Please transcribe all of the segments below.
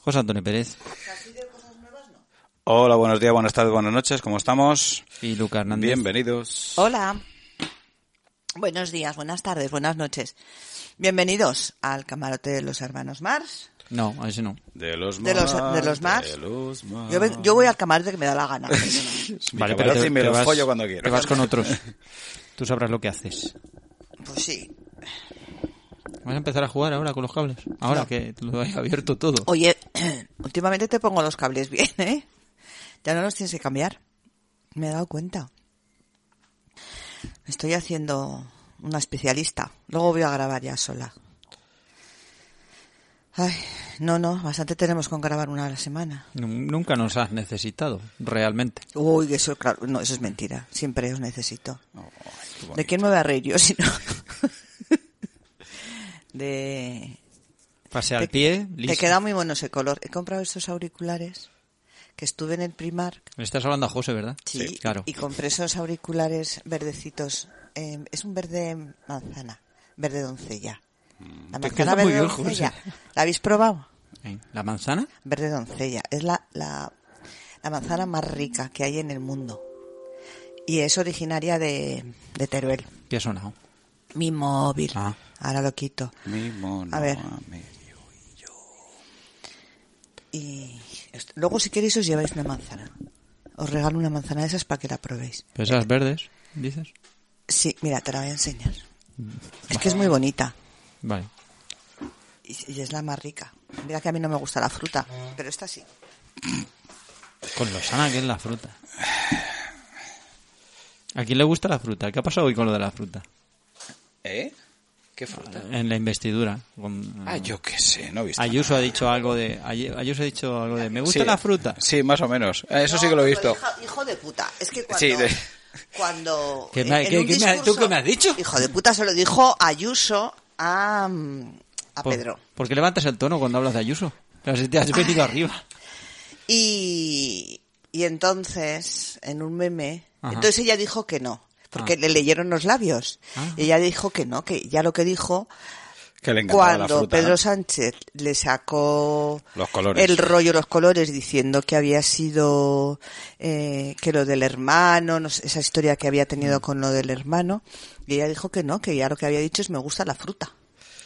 José Antonio Pérez Hola, buenos días, buenas tardes, buenas noches, ¿cómo estamos? y Luca Hernández. Bienvenidos. Hola. Buenos días, buenas tardes, buenas noches. Bienvenidos al camarote de los hermanos Mars. No, a ese no. De los De los- más, de los más. de los más. Yo, ve- yo voy al camarote que me da la gana. Pues perdona. Mi camarote y me los follo cuando quiero. Te vas con otros. Tú sabrás lo que haces. Pues sí. ¿Vas a empezar a jugar ahora con los cables? Ahora No. que lo has abierto todo. Oye, últimamente te pongo los cables bien, ¿eh? Ya no los tienes que cambiar. Me he dado cuenta. Me estoy haciendo una especialista. Luego voy a grabar ya sola. Ay, no, no, bastante tenemos con grabar una a la semana. Nun- Nunca nos has necesitado, realmente. Uy, eso, claro, no, eso es mentira. Siempre os necesito. Ay, qué bonito. ¿De quién me voy a reír yo si no? De... Pase al te- pie, Te listo. queda muy bueno ese color. He comprado estos auriculares que estuve en el Primark. Le estás hablando a José, ¿verdad? Sí, Claro. Y compré esos auriculares verdecitos. eh, es un verde manzana, verde doncella. La Mm. te manzana queda muy verde bien, José. doncella. ¿La habéis probado? Eh, ¿La manzana? Verde doncella. Es la, la, la manzana más rica que hay en el mundo. Y es originaria de, de Teruel. ¿Qué ha sonado? Mi móvil. Ah. Ahora lo quito. Mi mono A ver. a medio. Y est- luego, si queréis, os lleváis una manzana. Os regalo una manzana de esas para que la probéis. Pues esas verdes, dices. Sí, mira, te la voy a enseñar. Es que es muy bonita. Vale. Y, y es la más rica. Mira que a mí no me gusta la fruta, pero esta sí. Con lo sana que es la fruta. ¿A quién le gusta la fruta? ¿Qué ha pasado hoy con lo de la fruta? ¿Eh? ¿Qué fruta? En la investidura. con- Ah, yo qué sé, no he visto. Ayuso ha dicho algo de Ay- Ayuso ha dicho algo de me gusta Sí. la fruta. Sí, más o menos. Eh, Eso sí que lo he visto. Hijo, de puta. Es que cuando. Sí, de- Cuando. ¿Qué me- en qué- un qué me ha- tú qué me has dicho? Hijo de puta se lo dijo Ayuso a. mm, a Por- Pedro. Ah. ¿Por qué levantas el tono cuando hablas de Ayuso? Pero si te has venido arriba. Y, y entonces, en un meme, Ajá. entonces ella dijo que no, porque Ah. le leyeron los labios. Ah. Y ella dijo que no, que ya lo que dijo Que le encantaba la cuando fruta. Pedro ¿no? Sánchez le sacó Los colores. el rollo, los colores, diciendo que había sido, eh, que lo del hermano, no sé, esa historia que había tenido Mm. con lo del hermano, y ella dijo que no, que ya lo que había dicho es me gusta la fruta.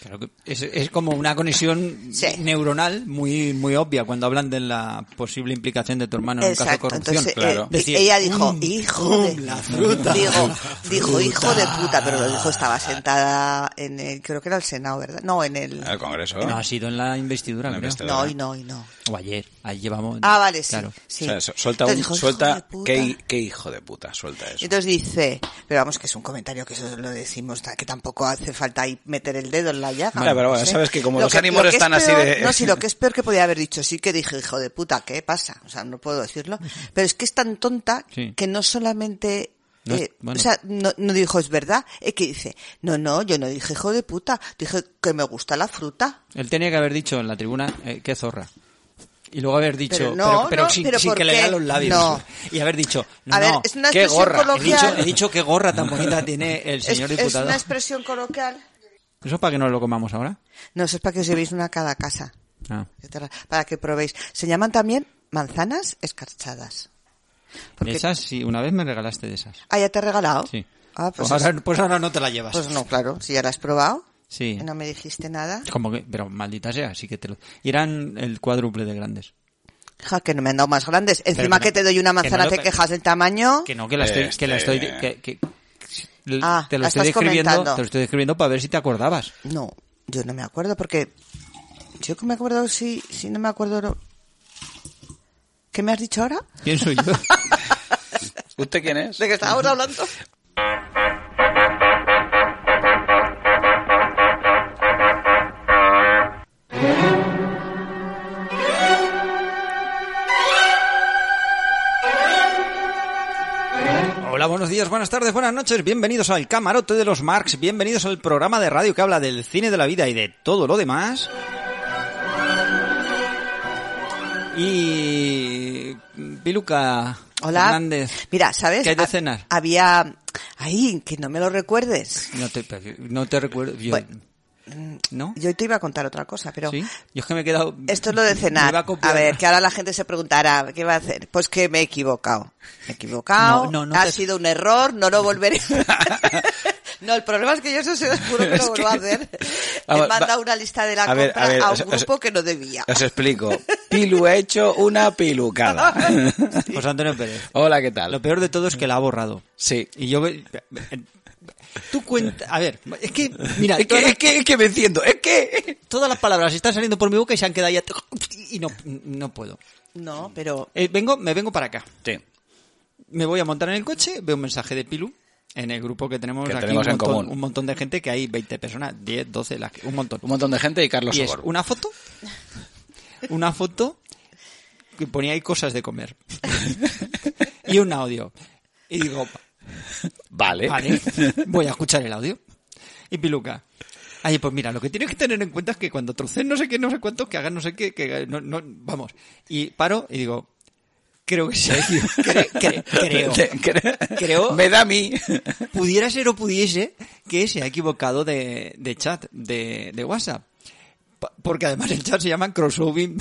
Claro que es, es como una conexión Sí. neuronal muy muy obvia cuando hablan de la posible implicación de tu hermano en un caso de Exacto, corrupción. entonces, claro. eh, y- Decir, ella dijo, "Mm, hijo de mm, la fruta. Digo, dijo, hijo de Fruta. puta, pero lo dijo, estaba sentada en el, creo que era el Senado, ¿verdad? No, en el... Al Congreso. No, ha sido en la investidura, La creo. investidura. No, y no, y no. O ayer. Ahí llevamos. Ah, vale, sí. Claro. sí. O sea, su- suelta Entonces un, dijo, hijo de suelta, puta. qué, hi- qué hijo de puta, suelta eso. Entonces dice, pero vamos, que es un comentario que eso lo decimos, ta- que tampoco hace falta ahí meter el dedo en la llaga. Claro, pero bueno, sé. sabes que como Lo los ánimos lo que es están así peor- de- No, sí, lo que es peor que podía haber dicho, sí que dije, hijo de puta, ¿qué pasa? O sea, no puedo decirlo. Pero es que es tan tonta Sí. que no solamente... No es- eh, bueno. O sea, no, no dijo, es verdad, es que dice, no, no, yo no dije hijo de puta, dije que me gusta la fruta. Él tenía que haber dicho en la tribuna, eh, qué zorra. Y luego haber dicho, Pero no, pero no, sin, pero sin ¿por que le qué? lean los labios. No. Y haber dicho, no, A ver, no, es una qué expresión gorra. He coloquial. dicho, he dicho qué gorra tan bonita tiene el Es, señor es diputado. una expresión coloquial. ¿Eso es para que nos lo comamos ahora? No, eso es para que os llevéis una a cada casa. Ah. Qué terra- para que probéis. Se llaman también manzanas escarchadas. Porque, Esas sí, una vez me regalaste de esas. Ah, ya te he regalado. Sí. Ah, pues, pues, ahora, es- pues ahora no te la llevas. pues no, claro, si ya la has probado Sí. y no me dijiste nada. Como que, pero maldita sea, sí que te lo... Y eran el cuádruple de grandes. Ja, que no me han dado más grandes. Encima que que, no- te doy una que no manzana lo te pe- quejas del tamaño. Que no, que la estoy, que la estoy, que, que- que- Ah, te lo la estoy estás describiendo, comentando. te lo estoy describiendo para ver si te acordabas. No, yo no me acuerdo porque... Yo que me acuerdo, si, si no me acuerdo... no- ¿Qué me has dicho ahora? ¿Quién soy yo? ¿Usted quién es? ¿De qué estábamos hablando? Hola, buenos días, buenas tardes, buenas noches, bienvenidos al Camarote de los Marx, bienvenidos al programa de radio que habla del cine de la vida y de todo lo demás. Y... Piluca Hola. Hernández. Mira, ¿sabes? ¿Qué hay de Ha- cenar? Había... Ay, que no me lo recuerdes. No te, no te recuerdo. yo- Bueno, ¿No? Yo te iba a contar otra cosa, pero ¿Sí? Yo es que me he quedado... esto es lo de me cenar. iba a A, copiar. ver, que ahora la gente se preguntará, ¿qué va a hacer? Pues que me he equivocado. Me he equivocado, No, no, no ha te- sido un error, no lo volveré. no, el problema es que yo eso se os juro que Es lo vuelvo a que- hacer. Ah, A He ver, mandado va- una lista de la a ver, compra a ver, a os- un os- grupo que no debía. Os explico. Pilu ha hecho una pilucada. José Antonio Pérez. Hola, ¿qué Lo tal? peor de todo es que la ha borrado. Sí. Y yo... Tú cuenta... A ver, es que... Mira, es, que, todas, es, que, es que me enciendo, es que... todas las palabras están saliendo por mi boca y se han quedado ya... Y no, no puedo. No, pero Eh, vengo, me vengo para acá. Sí, me voy a montar en el coche, veo un mensaje de Pilu en el grupo que tenemos Que aquí tenemos un, en montón, común. un montón de gente que hay 20 personas, 10, 12, las que- un montón. un montón de gente y Carlos Y es Sogor. una foto, una foto que ponía ahí cosas de comer y un audio. Y digo, Vale. vale, voy a escuchar el audio. Y Piluca, ay, pues mira, lo que tienes que tener en cuenta es que cuando trocen no sé qué, no sé cuántos, que hagan no sé qué, que no, no, vamos. Y paro y digo, creo que sí, cre- cre- creo. Creo- Me da a mí. pudiera ser o pudiese que se ha equivocado de, de chat, de, de WhatsApp. Pa- Porque además el chat se llama Crossoving,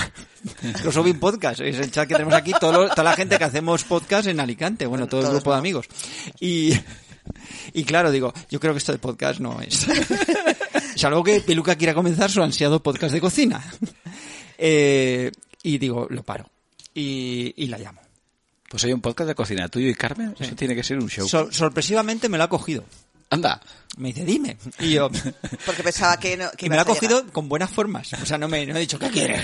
Crossoving Podcast. Es el chat que tenemos aquí, todo lo- toda la gente que hacemos podcast en Alicante. Bueno, todo el Todos grupo de amigos. Y, y claro, digo, yo creo que esto de podcast no es. Salvo que Peluca quiera comenzar su ansiado podcast de cocina. Eh, y digo, lo paro. Y, y la llamo. Pues hay un podcast de cocina tuyo y Carmen. Eso tiene que ser un show. Sor- sorpresivamente me lo ha cogido. Anda. Me dice, dime. Y yo, porque pensaba que no. Que Y me lo ha ibas a cogido llegar. con buenas formas. O sea, no me no he dicho, ¿qué quieres?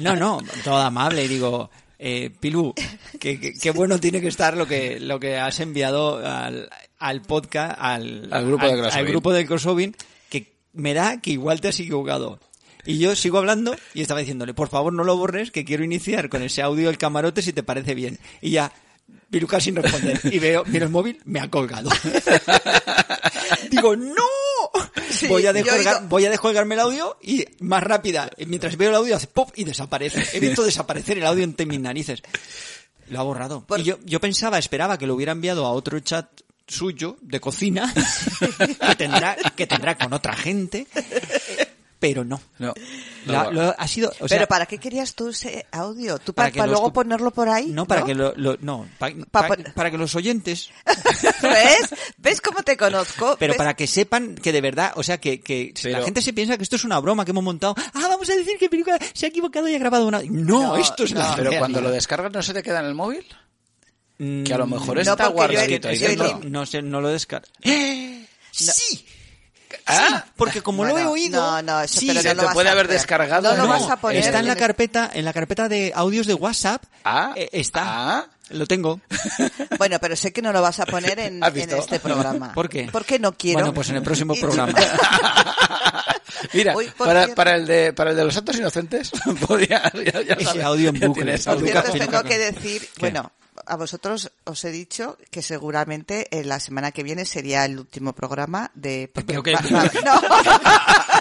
no, no, todo amable. Y digo, eh, Pilu, qué, qué- qué bueno tiene que estar lo que, lo que has enviado al, al podcast, al, Al grupo de Crossovin. al grupo del Crossovin, que me da que igual te has equivocado. Y yo sigo hablando y estaba diciéndole, por favor no lo borres, que quiero iniciar con ese audio el camarote si te parece bien. Y ya, Piluca sin responder. Y veo, miro el móvil, me ha colgado. Digo, ¡no! Sí, voy, a yo he descolgar, ido- voy a descolgarme el audio y más rápida. Y Mientras veo el audio hace pop y desaparece. He visto desaparecer el audio entre mis narices. Lo ha borrado. Por- Y yo, yo pensaba, esperaba que lo hubiera enviado a otro chat suyo de cocina que tendrá que tendrá con otra gente pero no, No. La- No, lo- ha sido o sea, pero ¿para qué querías tú ese audio? ¿Tú para para, que para los luego cu- ponerlo por ahí? no para que lo, lo- no pa- Pa- pa- para que los oyentes ¿Ves? ¿Ves cómo te conozco? Pero ¿Ves? para que sepan que de verdad, o sea, que, que Pero- la gente se piensa que esto es una broma que hemos montado. Ah, vamos a decir que Piluca se ha equivocado y ha grabado una... No, No, esto es la Pero cuando lo realidad. Mm, descargas no se te queda en el móvil. Que a lo mejor No, está porque yo he- guardadito ahí yo he- dentro. No sé, no lo descarga. ¡Eh! ¡Sí! Ah, Porque como lo he Bueno, oído... no, no, eso, sí, pero se no lo te vas puede a haber hacer. descargado. No lo No, vas a poner. está en la carpeta carpeta, en la carpeta de audios de WhatsApp. Ah, eh, está. ah. Lo tengo. Bueno, pero sé que no lo vas a poner en, ¿Has visto? en este programa. ¿Por qué? Porque no quiero. Bueno, pues en el próximo Y- programa. Mira, Hoy, por para, cierto- para el de, para el de los santos inocentes, podía, ya, ya Ese sabes, audio en ya bucle. tienes Por Educa- cierto, os educa- tengo que decir, ¿Qué? bueno, a vosotros os he dicho que seguramente eh, la semana que viene sería el último programa de. porque Pero que- va- va-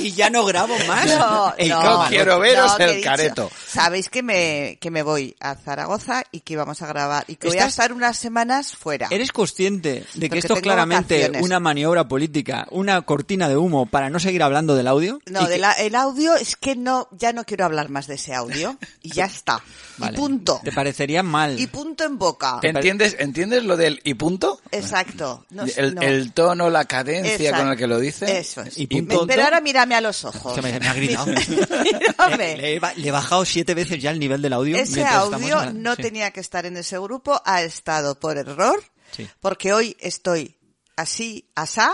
y ya no grabo más. No, El no, no quiero veros que he el dicho. careto. Sabéis que me, que me voy a Zaragoza y que vamos a grabar y que voy a Estás- estar unas semanas fuera. ¿Eres consciente de que Porque esto es tengo claramente vacaciones. una maniobra política, una cortina de humo para no seguir hablando del audio? No, Y de que- la- el audio es que no, ya no quiero hablar más de ese audio y ya está. Vale. Y punto. ¿Te parecería mal? Y punto en boca. ¿Entiendes, ¿Entiendes lo del y punto? Exacto. No, el, no. el tono, la cadencia Exacto. con la que lo dice. Eso es. Y punto. Pero ahora mírame a los ojos. Se me, me ha gritado. Mírame. Le, le he ba- le he bajado siete veces ya el nivel del audio. Ese mientras estamos audio hablando. no Sí. tenía que estar en ese grupo, ha estado por error, Sí. porque hoy estoy así, asá.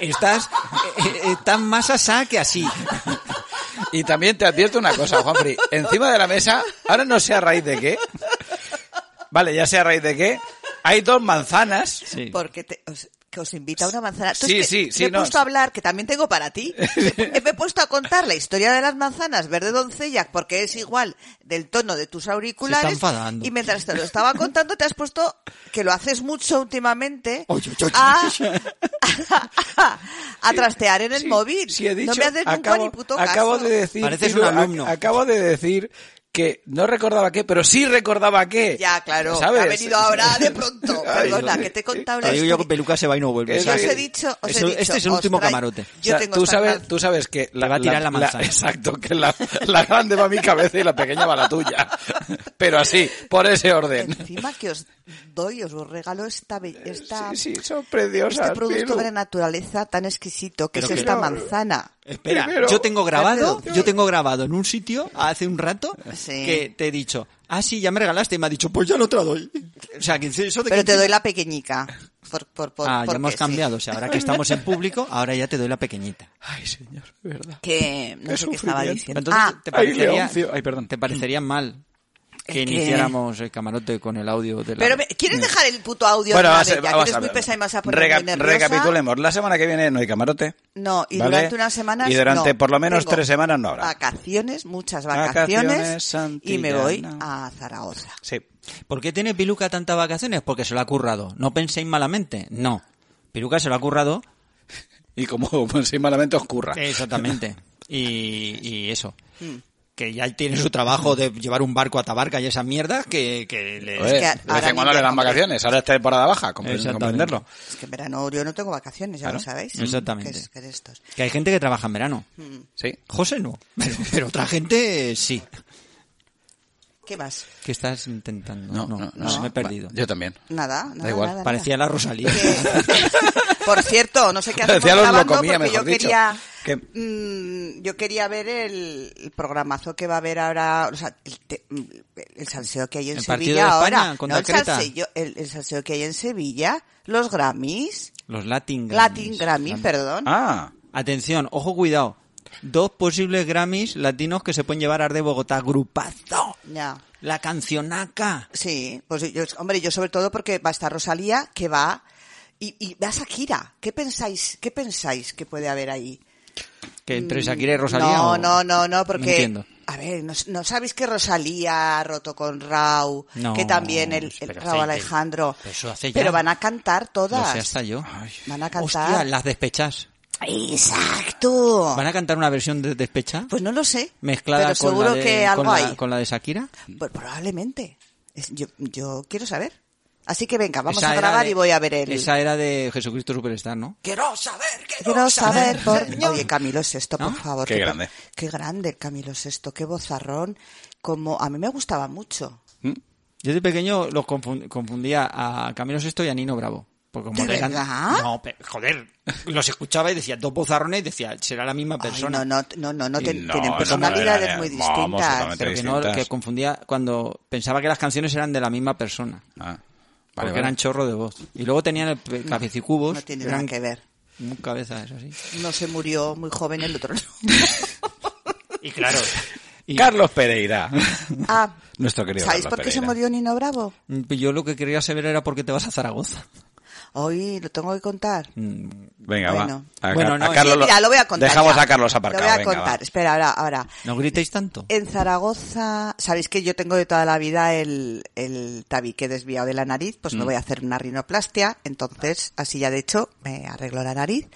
Estás eh, eh, tan más asá que así. Y también te advierto una cosa, Juanfri. Encima de la mesa, ahora no sé a raíz de qué. Vale, ya sé a raíz de qué. Hay dos manzanas. Sí. Porque te- os, que os invita a una manzana. Tú Sí, es que sí, sí, Me he no. puesto a hablar, que también tengo para ti. Me he puesto a contar la historia de las manzanas verde doncella, porque es igual del tono de tus Se auriculares. está enfadando. Y mientras te lo estaba contando, te has puesto, que lo haces mucho últimamente, Oye, oye, oye. A, a- a trastear en el Sí, móvil. sí, he dicho, no me haces nunca acabo, ni puto acabo caso. de decir, Pareces Pilu, un alumno. ac- acabo de decir que no recordaba qué, pero sí recordaba qué. Ya, claro. ¿Sabes? Ha venido ahora de pronto. Ay, Perdona, no. que te he contado la Te digo yo historia. que peluca se va y no vuelve. Que o sea yo os que- he dicho- os he Eso- dicho, este es el os último trae- camarote. O Yo sea, tengo tú esta sabes, gran- tú sabes que va a tirar la manzana. exacto, que la, la grande va a mi cabeza y la pequeña va a la tuya. Pero así, por ese orden. Encima que os doy, os regalo esta, be- esta sí, sí, son preciosas. este producto Pilu. de la naturaleza tan exquisito que Pero es que- esta manzana. Espera, Primero- yo tengo grabado, Espérate. yo tengo grabado en un sitio hace un rato Sí. que te he dicho, ah sí, ya me regalaste y me ha dicho, pues ya no te la doy. O sea, que eso de Pero que- te doy la pequeñica. Por, por, por- ah, ya porque hemos sí. cambiado, o sea, ahora que estamos en público, ahora ya te doy la pequeñita. Ay, señor, de verdad. Que no Qué sé qué estaba sufrimiento. diciendo. Entonces, ah, ¿te ay, parecería, Leoncio. Ay, perdón. te parecería mal que Es que- iniciáramos el camarote con el audio de la... pero me- ¿quieres dejar el puto audio de una vamos vez a- ya? vamos Que eres a muy ver. pesada y me vas a poner Reca- muy nerviosa. Recapitulemos. La semana que viene no hay camarote. No, y ¿vale? durante unas semanas. Y durante no. por lo menos Tengo tres semanas no habrá. Vacaciones, muchas Vacaciones, vacaciones. y me Santillana. voy a Zaragoza. Sí. ¿Por qué tiene Piluca tantas vacaciones? Porque se lo ha currado. No penséis malamente, no. Piluca se lo ha currado Y como pues, sí, malamente os curra. Exactamente. Y, y eso. Mm. Que ya tiene su trabajo de llevar un barco a Tabarca y esas mierdas que, que le... Oye, que de ahora vez en cuando mismo- le dan vacaciones. Ahora está temporada baja, compre- Exactamente. comprenderlo. Es que en verano yo no tengo vacaciones, ya lo sabéis. Exactamente. Que es- que es estos. Que hay gente que trabaja en verano. Sí. José no. Pero, pero otra gente eh, sí. ¿Qué más? ¿Qué estás intentando? No, no, no sé. me he perdido. Yo también. Nada, nada. igual. nada, nada. Parecía la Rosalía. Que- Por cierto, no sé qué hacemos Decía los grabando locomía, porque yo mejor dicho. quería Que- mm, yo quería ver el, el programazo que va a haber ahora, o sea, el, te- mm, el salseo que hay en El partido Sevilla de España ahora, contra no, el, Creta. salseo, el, el salseo que hay en Sevilla, los Grammys, Los Latin Grammys. Latin Grammy, Grammy. perdón. Ah, Atención, ojo, cuidado. Dos posibles Grammys latinos que se pueden llevar a de Bogotá. Grupazo. Ya. La cancionaca. Sí, pues yo, hombre, yo sobre todo porque va a estar Rosalía, que va y, y va Shakira. ¿Qué pensáis? ¿Qué pensáis que puede haber ahí? Que entre Shakira y Rosalía. Mm, No, o- no, no, no, No porque. entiendo. a ver, ¿no, no sabéis que Rosalía ha roto con Rau? No, que también el, el pero Rauw hace- Alejandro. pero eso hace ya. Pero van a cantar Lo todas. sé hasta yo. Van a cantar. Hostia, las despechas. ¡Exacto! ¿Van a cantar una versión de despecha? Pues no lo sé. Mezclada pero con, seguro la de, que algo con, la, hay. con la de Shakira. Pues probablemente. Es- yo, yo quiero saber. Así que venga, vamos Esa a era grabar de- y voy a ver el. Esa era de Jesucristo Superstar, ¿no? Quiero saber por... Oye, Camilo Sesto, ¿No? por favor. Qué que- grande. Qué grande el Camilo Sesto, qué bozarrón. Como a mí me gustaba mucho. Yo de pequeño los confun- confundía a Camilo Sesto y a Nino Bravo. Porque como ¿De le can- verdad? No, pero, joder. Los escuchaba y decía dos bozarrones y decía, será la misma Ay, persona. no, no, no, no, no, ten- No, tienen no, personalidades no, muy no, vamos, distintas. totalmente. Pero que no, distintas. que confundía cuando pensaba que las canciones eran de la misma persona. ah. porque Vale, vale. eran chorro de voz. Y luego tenían el pe- cabecicubos. No tiene eran nada que ver. muy cabezas, así. Uno se murió muy joven, el otro no. Y claro. y- Carlos Pereira. Ah, Nuestro querido ¿sabéis Carlos por qué se Pereira. murió Nino Bravo? Mm, Yo lo que quería saber era por qué te vas a Zaragoza. Hoy lo tengo que contar. Venga, Bueno. va. A, Bueno, Car- no, a Mm. Carlos Sí, mira, lo voy a contar. Dejamos ya. a Carlos aparcado. Lo voy a venga, va. contar. Espera, ahora, ahora. ¿No gritéis tanto? En Zaragoza, sabéis que yo tengo de toda la vida el, el tabique desviado de la nariz, pues me Mm. voy a hacer una rinoplastia, entonces así ya de hecho me arreglo la nariz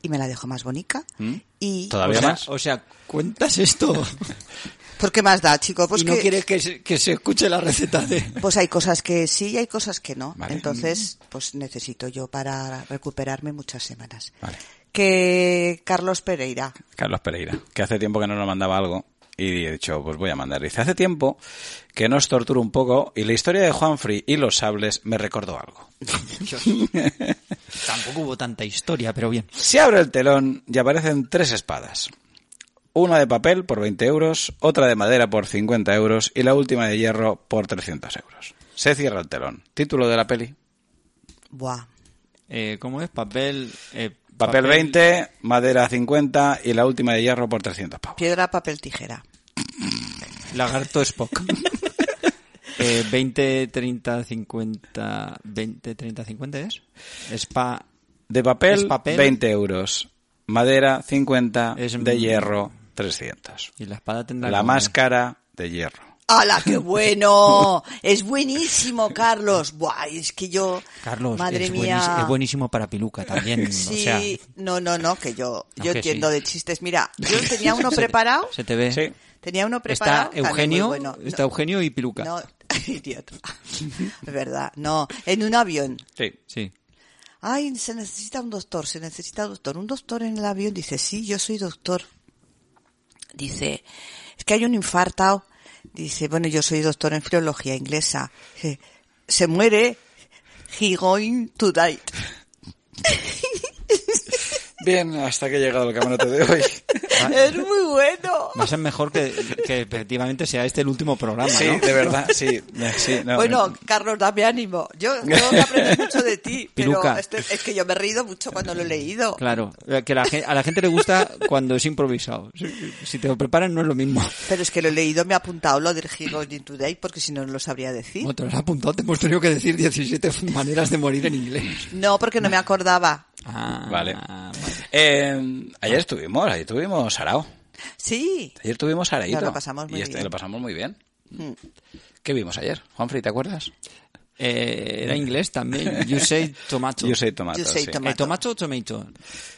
y me la dejo más bonita. Y Mm. Toda- ¿Todavía o sea, más? O sea, cuentas esto ¿Por qué más da, chico? Pues y no que- quieres que se, que se escuche la receta de... pues hay cosas que sí y hay cosas que no. Vale. Entonces, pues necesito yo para recuperarme muchas semanas. Vale. Que Carlos Pereira, Carlos Pereira, que hace tiempo que no nos mandaba algo y he dicho, pues voy a mandar. Dice, hace tiempo que nos tortura un poco y la historia de Juanfrey y los sables me recordó algo. Tampoco hubo tanta historia, pero bien. Se abre el telón y aparecen tres espadas. Una de papel por 20 euros, otra de madera por 50 euros y la última de hierro por 300 euros. Se cierra el telón. Título de la peli. buah, Eh, ¿Cómo es? Papel... eh, Papel 20, madera 50 y la última de hierro por 300 pavos. piedra, papel, tijera. Lagarto Spock. Eh, 20, 30, 50... 20, 30, 50 es? Spa... De papel, ¿Es papel? 20 euros. Madera 50, Es- de hierro 300. Y la espada tendrá... La como- máscara de hierro. ¡Hala, qué bueno! Es buenísimo, Carlos. Buah, es que yo. Carlos, madre es, mía. buenis- es buenísimo para Piluca también. Sí, o sea, no, no, no, que yo, yo No, que entiendo sí. de chistes. Mira, yo tenía uno preparado. se te ve. Sí. Tenía uno Está preparado. también muy Eugenio, bueno. No, está Eugenio y Piluca. No, idiota. Es verdad, no. En un avión. Sí. Sí. Ay, se necesita un doctor, se necesita un doctor. Un doctor en el avión dice, sí, yo soy doctor. Dice, es que hay un infartado. Dice, bueno, yo soy doctor en filología inglesa. Dice, se muere. He going to die. Bien, hasta que he llegado el camarote de hoy. Es muy bueno. Va a ser mejor que, que efectivamente sea este el último programa, Sí, ¿no? de verdad, sí. sí, no, bueno, me- Carlos, dame ánimo. Yo tengo que aprender mucho de ti, pero Piluca. esto- es que yo me he reído mucho cuando lo he leído. Claro, que la gen- a la gente le gusta cuando es improvisado. Si, si te lo preparan no es lo mismo. Pero es que lo he leído, me ha apuntado lo del He going to die porque si no, no lo sabría decir. Como te lo has apuntado, te hemos tenido que decir 17 maneras de morir en inglés. No, porque no me acordaba. Ah, Vale. Eh, ayer estuvimos, ayer estuvimos Sarao. Sí. Ayer tuvimos Araíto. Nos lo pasamos muy y este- bien. lo pasamos muy bien. ¿Qué vimos ayer? Juanfri, ¿te acuerdas? Eh, era inglés también. You say tomato. Yo soy Tomato. You Say sí. Tomato. Eh, tomato o tomato.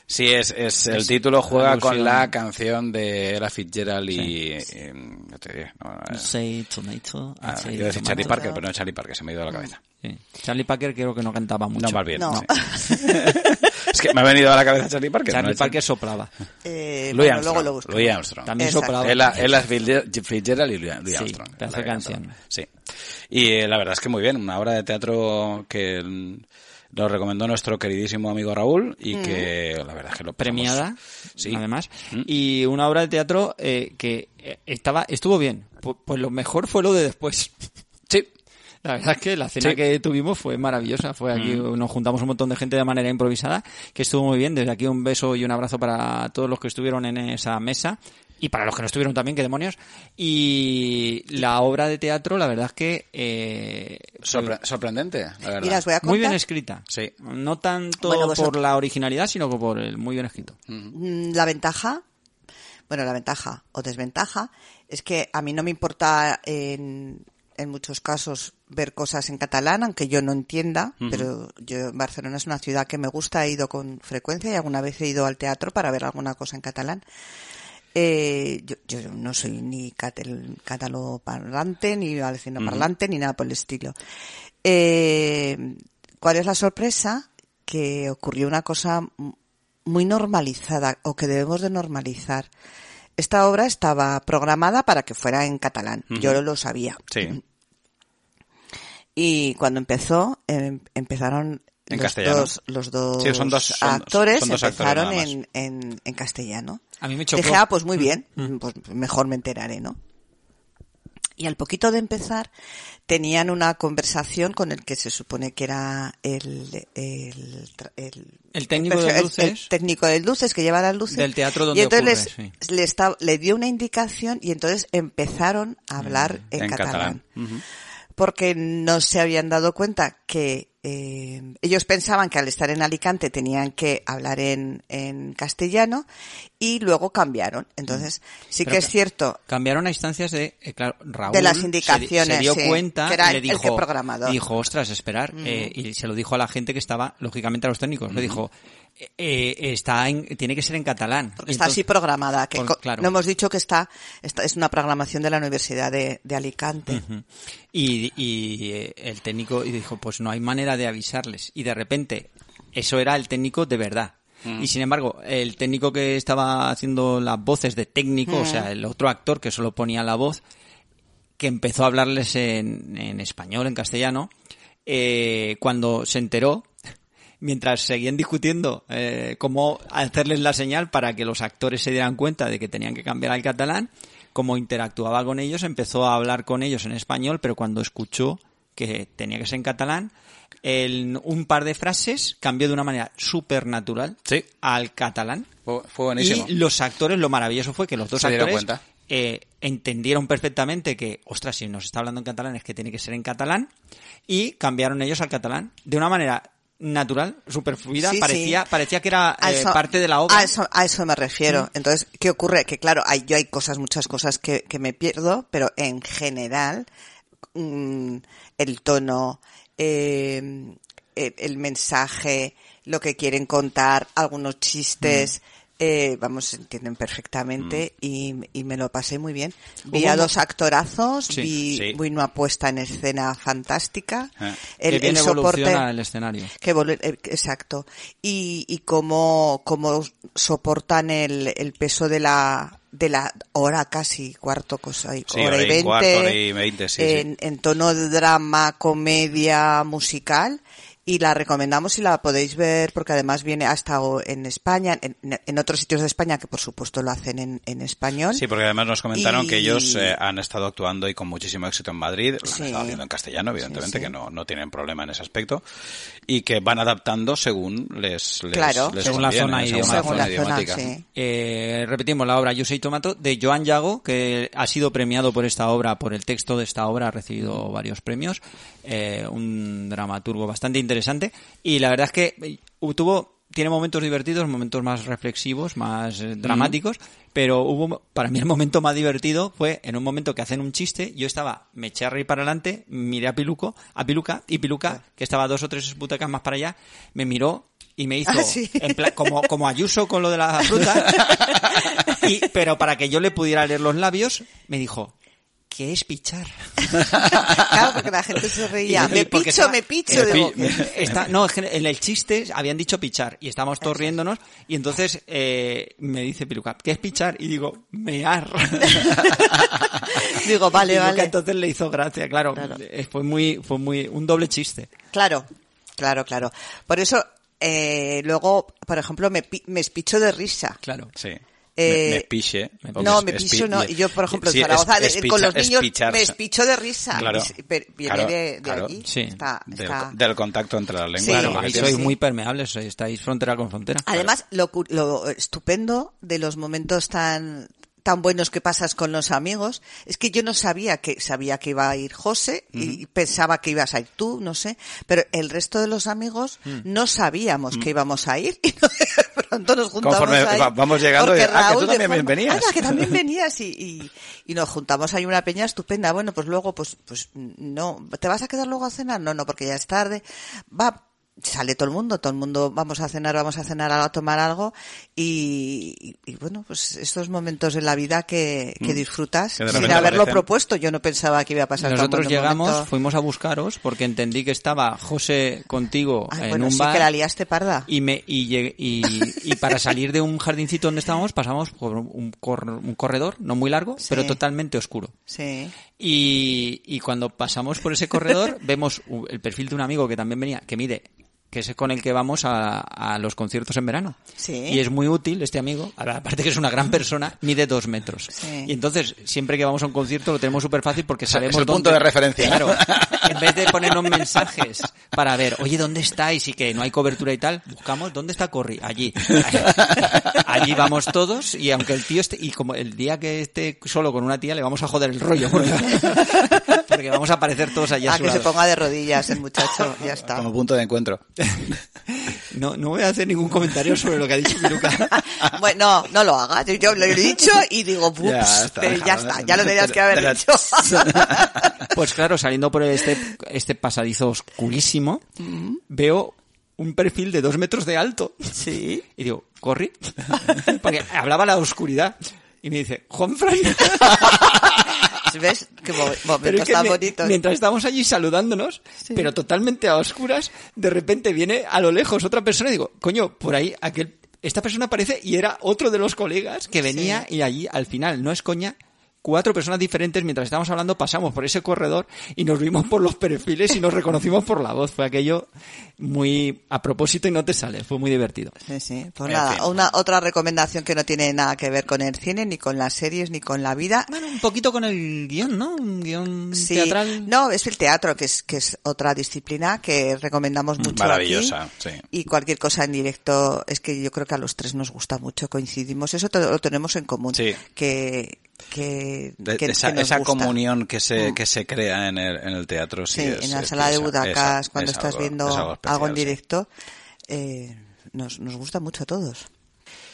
Sí, es, es- el título juega con alusión. la canción de Ella Fitzgerald y... y, mm, no te diré, no, no, You say tomato. I ah, say iba a decir tomato. Charlie Parker, pero no Charlie Parker, se me ha ido a la cabeza. Sí. Charlie Parker creo que no cantaba mucho. No, más bien. No. sí. es que me ha venido a la cabeza Charlie Parker. Charlie ¿no? Parker soplaba. Eh, Louis bueno, Armstrong, luego lo busco. Louis Armstrong. También Exacto. soplaba. Ella, Ella Fitzgerald Fitzgerald y Louis Louis Sí, Armstrong. pedazo La de que canción. cantaba. Sí. Y eh, la verdad es que muy bien, una obra de teatro que mm, nos recomendó nuestro queridísimo amigo Raúl y que la verdad es que lo pasamos- premiada, Sí. Mm. además, y una obra de teatro eh, que eh, estaba estuvo bien. Pu- Pues lo mejor fue lo de después. Sí. La verdad es que la cena Sí. Mm. que tuvimos fue maravillosa. Fue aquí, nos juntamos un montón de gente de manera improvisada, que estuvo muy bien. Desde aquí un beso y un abrazo para todos los que estuvieron en esa mesa y para los que no estuvieron también, que demonios. Y la obra de teatro, la verdad es que eh, Sorpre- sorprendente, la verdad. Mira, os voy a contar. muy bien escrita. Sí. No tanto Bueno, pues vosotros- por la originalidad, sino que por el muy bien escrito. Mm, La ventaja, bueno, la ventaja o desventaja es que a mí no me importa en, en muchos casos ver cosas en catalán, aunque yo no entienda, pero yo Barcelona es una ciudad que me gusta, he ido con frecuencia y alguna vez he ido al teatro para ver alguna cosa en catalán. Eh, yo, yo no soy ni catel- cataloparlante, ni alecinoparlante, ni nada por el estilo. Eh, ¿Cuál es la sorpresa? Que ocurrió una cosa m- muy normalizada, o que debemos de normalizar. Esta obra estaba programada para que fuera en catalán, yo lo sabía. Sí. Y cuando empezó, em- empezaron En los, castellano. dos, los dos Sí, son dos- son- actores, son dos actores empezaron nada más. en, en, en castellano. A mí me chocó. Mm. Dije, ah, pues muy bien, pues mejor me enteraré, ¿no? Y al poquito de empezar, tenían una conversación con el que se supone que era el, el, tra- el- El técnico de Pues, el- el luces. técnico de luces, que lleva las luces. Del teatro donde Y entonces ocurre, les, le, esta- le dio una indicación y entonces empezaron Mm, a hablar en, catalán Ujú. porque no se habían dado cuenta que eh, ellos pensaban que al estar en Alicante tenían que hablar en, en castellano y luego cambiaron. Entonces, sí Mm. Pero que es ca- cierto. Cambiaron a instancias de, eh, claro, Raúl. De se las di- Se, indicaciones, dio sí, cuenta, que era le el Mm. dijo, que programador. dijo, ostras, esperar. eh, y se lo dijo a la gente que estaba, lógicamente, a los técnicos. Le dijo, eh, eh, está en- tiene que ser en catalán. Porque Y está así entonces- programada. Que por- co- claro. No hemos dicho que está, esta es una programación de la Universidad de, de Alicante. Y, y, eh, el técnico y dijo, pues no hay manera de avisarles. Y de repente, eso era el técnico de verdad. Mm. Y sin embargo, el técnico que estaba haciendo las voces de técnico, Mm. o sea, el otro actor que solo ponía la voz, que empezó a hablarles en, en español, en castellano, eh, cuando se enteró, mientras seguían discutiendo eh, cómo hacerles la señal para que los actores se dieran cuenta de que tenían que cambiar al catalán, como interactuaba con ellos, empezó a hablar con ellos en español, pero cuando escuchó que tenía que ser en catalán, en un par de frases cambió de una manera súper natural Sí. al catalán. Fue, fue buenísimo. Y los actores, lo maravilloso fue que los dos Se dieron actores cuenta. eh, entendieron perfectamente que, ostras, si nos está hablando en catalán es que tiene que ser en catalán, y cambiaron ellos al catalán de una manera natural, superfluida, Sí, sí. parecía, parecía que era A eh, eso- parte de la obra. A eso, a eso me refiero. Entonces, ¿qué ocurre? Que claro, hay, yo hay cosas, muchas cosas que, que me pierdo, pero en general, mm, el tono, eh, el, el mensaje, lo que quieren contar, algunos chistes, Mm. eh, vamos, se entienden perfectamente y, y me lo pasé muy bien. Vi Hubo a un- dos actorazos, Sí, vi, sí. vi una puesta en escena fantástica. Ah. que bien soporte- evoluciona el escenario. que volu- eh, exacto. Y, y cómo, cómo soportan el, el peso de la, de la hora casi, cuarto cosa, y- Sí, hora hora y y veinte. cuarto, hora y veinte, sí, sí. en, en tono de drama, comedia, musical. Y la recomendamos y la podéis ver porque además viene hasta o- en España, en, en otros sitios de España que por supuesto lo hacen en, en español. Sí, porque además nos comentaron Y- que ellos eh, han estado actuando y con muchísimo éxito en Madrid, lo Sí. han estado haciendo en castellano, evidentemente, sí. que no, no tienen problema en ese aspecto, y que van adaptando según les, les, Claro. les Según la conviene, zona según idiomática. la según la zona zona, idiomática. sí. Eh, repetimos la obra Yo soy Tomato de Joan Yago, que ha sido premiado por esta obra, por el texto de esta obra, ha recibido varios premios, eh, un dramaturgo bastante interesante y la verdad es que eh, tuvo tiene momentos divertidos, momentos más reflexivos, más eh, dramáticos, pero hubo para mí el momento más divertido fue en un momento que hacen un chiste, yo estaba me eché a reír para adelante, miré a Piluco, a Piluca y Piluca que estaba dos o tres butacas más para allá, me miró y me hizo Ah, sí. en plan, como, como Ayuso con lo de la fruta. Y- pero para que yo le pudiera leer los labios, me dijo, ¿qué es pichar? claro, porque la gente se reía. Y- me y porque picho, estaba- me picho. me digo, pi- está- no, es que en el chiste habían dicho pichar y estábamos todos riéndonos y entonces eh, me dice Piluca, ¿qué es pichar? Y digo, mear. digo, Y vale, Piluca vale. entonces le hizo gracia, claro. Claro. eh, Fue muy, fue muy, un doble chiste. Claro, claro, claro. Por eso, eh, luego, por ejemplo, me, pi- me espicho de risa. Claro. Sí. Eh, me, me piche. o No, que me es- es picho pi- no. Y yo, por ejemplo, sí, en es- Zaragoza, de- es con picha- los es niños, picharse. me espicho de risa. Claro, Es- pero viene claro, de, de claro. allí. Sí, Está- Del, está- del contacto entre las lenguas. Sí, es Claro, lo que ahí tiene. sois muy permeables, estáis frontera con frontera. Además, lo, cu- lo estupendo de los momentos tan tan buenos que pasas con los amigos, es que yo no sabía que sabía que iba a ir José y pensaba que ibas a ir tú, no sé, pero el resto de los amigos Mm. no sabíamos que íbamos a ir y de pronto nos juntamos Conforme ahí. va- vamos llegando, Porque ah, que tú Raúl de también forma- venías. Anda, que también venías y, y, y nos juntamos ahí una peña estupenda. Bueno, pues luego, pues, pues no, ¿te vas a quedar luego a cenar? No, no, porque ya es tarde. Va, sale todo el mundo, todo el mundo, vamos a cenar, vamos a cenar, a tomar algo. Y, y- y bueno, pues estos momentos de la vida que, que disfrutas Mm. Que de sin repente haberlo aparecen. propuesto. Yo no pensaba que iba a pasar tan Nosotros buen llegamos, momento. fuimos a buscaros porque entendí que estaba José contigo eh, Ay, en bueno, un sí bar que la liaste parda. y me y, llegué- y, y para salir de un jardincito donde estábamos pasamos por un, cor- un corredor no muy largo Sí. pero totalmente oscuro. Sí. Y, y cuando pasamos por ese corredor vemos u- el perfil de un amigo que también venía, que mide, que es con el que vamos a, a los conciertos en verano. Sí. Y es muy útil este amigo, ahora, aparte que es una gran persona, mide dos metros. Sí. Y entonces siempre que vamos a un concierto lo tenemos súper fácil porque sea, sabemos es el dónde- punto de referencia. Claro. En vez de ponernos mensajes para ver, oye, ¿dónde estáis? Y que no hay cobertura y tal, buscamos dónde está Corri. Allí. Allí vamos todos y aunque el tío esté, y como el día que esté solo con una tía le vamos a joder el rollo. Porque, porque vamos a aparecer todos allá a A su Ah, que se lado. ponga de rodillas el muchacho, ya está. Como punto de encuentro. No, no voy a hacer ningún comentario sobre lo que ha dicho Piruca. bueno, no lo hagas. Yo, yo lo he dicho y digo, ups, pero Ya está, ya está, déjalo, ya, lo tenías te- que te haber la- dicho. Pues claro, saliendo por este, este pasadizo oscurísimo, veo un perfil de dos metros de alto. sí. Y digo, ¿corri? Porque hablaba la oscuridad. Y me dice, Juanfran. ¿Ves? Qué mo- Pero momentos es que tan me- bonitos. mientras estamos allí saludándonos, pero totalmente a oscuras, de repente viene a lo lejos otra persona y digo, coño, por ahí aquel, esta persona aparece y era otro de los colegas que venía y allí al final, no es coña, cuatro personas diferentes mientras estábamos hablando pasamos por ese corredor y nos vimos por los perfiles y nos reconocimos por la voz. Fue aquello muy a propósito y no te sale, fue muy divertido. Sí, sí. Pues En nada, fin. una, otra recomendación que no tiene nada que ver con el cine, ni con las series, ni con la vida. Bueno, un poquito con el guión, ¿no? Un guión Sí. teatral. No, es el teatro, que es, que es otra disciplina que recomendamos mucho. Maravillosa, aquí. sí. Y cualquier cosa en directo, es que yo creo que a los tres nos gusta mucho, coincidimos. Eso te- lo tenemos en común. Sí. Que, que, De- que- de esa que nos esa gusta. Mm. comunión que se, que se crea en el, en el teatro. Sí, Sí, es- en la es- sala de es- butacas, es- cuando es estás algo- viendo es algo algo, en especial, sí. directo, eh, nos, nos gusta mucho a todos.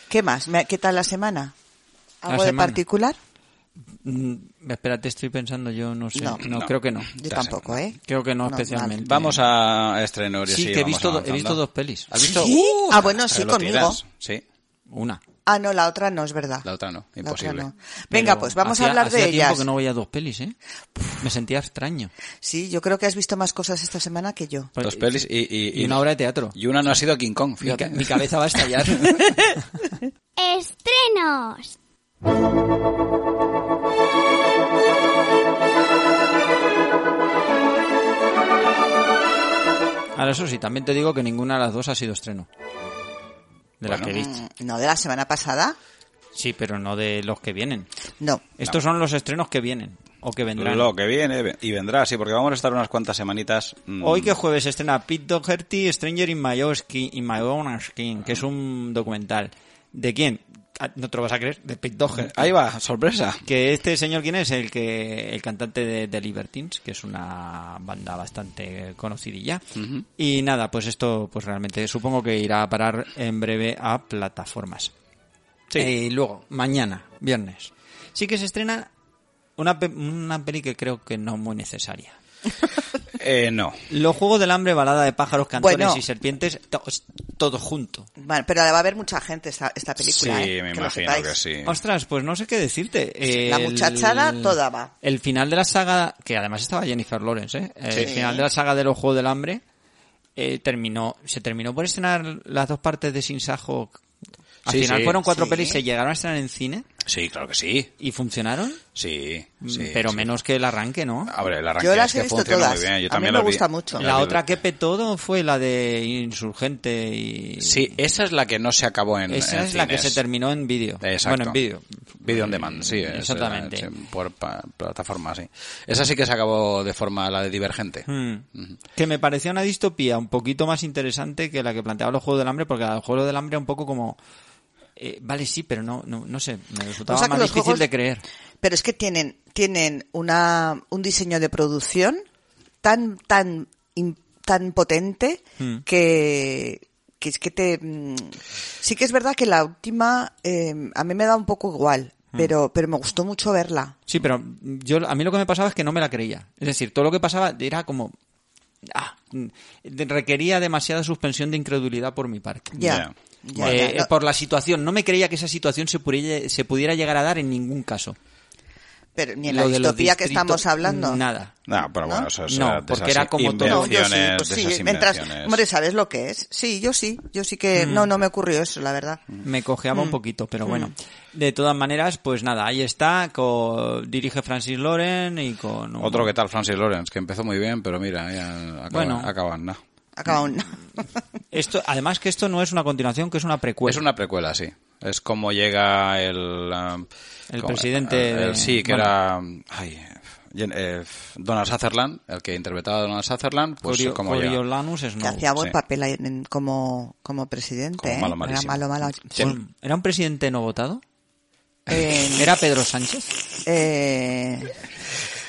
¿Qué más? Me- ¿Qué tal la semana? La ¿Algo de semana. particular? Mm, espérate, estoy pensando, yo no sé. No. No, No. creo que no. Yo La tampoco, ¿eh? Creo que no, vale. especialmente. Vamos a estrenar. Sí, que he visto, do- he visto dos pelis. ¿Has visto? ¿Sí? ¡Uh! Ah, bueno, sí, Ahí lo conmigo. tiras. Sí, Una. Ah, no, la otra no es verdad. la otra no, La otra imposible. no. Venga, Pero pues vamos hacía- a hablar hacía de tiempo ellas. que no veía dos pelis, ¿eh? Me sentía extraño. Sí, yo creo que has visto más cosas esta semana que yo. Dos pelis y, y- Y una obra de teatro. y una no ha sido a King Kong, Mi, ca- fíjate. mi cabeza va a estallar. Estrenos. Ahora, eso sí, también te digo que ninguna de las dos ha sido estreno. De las que he visto. Mm, No, de la semana pasada, Sí, pero no de los que vienen. no. Estos son los estrenos que vienen o que vendrán. Lo que viene y vendrá, sí, porque vamos a estar unas cuantas semanitas. mm, Hoy que jueves se estrena Pete Doherty, Stranger in My, Own Skin, in My Own Skin, que es un documental. ¿De quién? Ah, No te lo vas a creer, de Pete Doherty. Ahí va, sorpresa. Que este señor, ¿quién es? El que el cantante de The Libertines, que es una banda bastante conocidilla. Y nada, pues esto, pues realmente supongo que irá a parar en breve a plataformas. Sí. Eh, Y luego, mañana, viernes, sí que se estrena una, pe- una peli que creo que no muy necesaria. Eh, no. Los Juegos del Hambre, balada de pájaros, cantores Bueno. y serpientes, to- todo junto. Bueno, pero la va a ver mucha gente esta, esta película. sí, ¿eh? me Que lo imagino sepáis. que sí. Ostras, pues no sé qué decirte. la El- muchachada toda va. El final de la saga, que además estaba Jennifer Lawrence, ¿eh? El Sí. final de la saga de los Juegos del Hambre eh, terminó, se terminó por estrenar las dos partes de Sin Sajo. Al Sí, final sí. fueron cuatro Sí. pelis, se llegaron a estrenar en cine Sí, claro que sí. y funcionaron, Sí, sí, pero sí. Ah, menos que el arranque, ¿no? A ver, el arranque Mm, Yo es las que he visto funciona todas. muy bien. Yo A mí también me la vi. gusta mucho. La otra que petó fue la de Insurgente y... Sí, esa es la que no se acabó en Esa en es la que cines. se terminó en vídeo. Exacto. Bueno, en vídeo. Video on demand, sí. es, Exactamente. eh, sí, por pa- plataforma, sí. Esa sí que se acabó de forma la de Divergente. Mm. Que me parecía una distopía un poquito más interesante que la que planteaba los Juegos del Hambre, porque los Juegos del Hambre un poco como... eh, vale, sí, pero no, no, no sé, me resultaba O sea que más los difícil juegos- de creer. Pero es que tienen, tienen una, un diseño de producción tan, tan, im- tan potente Hmm. Mm. que, que es que te... mm, Sí que es verdad que la última eh, a mí me da un poco igual, Hmm. pero, pero me gustó mucho verla. Sí, pero yo a mí lo que me pasaba es que no me la creía. Es decir, todo lo que pasaba era como... Ah, mm, requería demasiada suspensión de incredulidad por mi parte. Ya. Ya. ya, Eh, ya. eh, No, Por la situación, no me creía que esa situación se pudiera, se pudiera llegar a dar en ningún caso. pero ni en Lo la de los distopía que distritos, estamos hablando. Nada. No, pero bueno, ¿No? eso es No, eh, de porque esas era como todo. Ah. No, yo sí, invenciones, pues de sí, esas mientras, invenciones. hombre, ¿sabes lo que es? Sí, yo sí, yo sí que, Hmm. no, no me ocurrió eso, la verdad. Me cojeaba un poquito, pero bueno. De todas maneras, pues nada, ahí está. co- dirige Francis Loren y con. un- Otro que tal, Francis Lawrence, que empezó muy bien, pero mira, ya acaban, Bueno. acaban, ¿no? Acaba Hmm. un... Esto, además, que esto no es una continuación, que es una precuela. Es una precuela, sí. Es como llega el... eh, El como- presidente el- de- el- sí, que bueno. era... um, ay, Jen- eh, Donald Sutherland, el que interpretaba a Donald Sutherland, pues Corio- como llega. Coriolanus es que no. hacía buen sí. papel ahí en- como, como presidente. Como ¿eh? malo, Era malísimo. malo, malo. Sí. ¿Era un presidente no votado? Eh, ¿Era Pedro Sánchez? eh,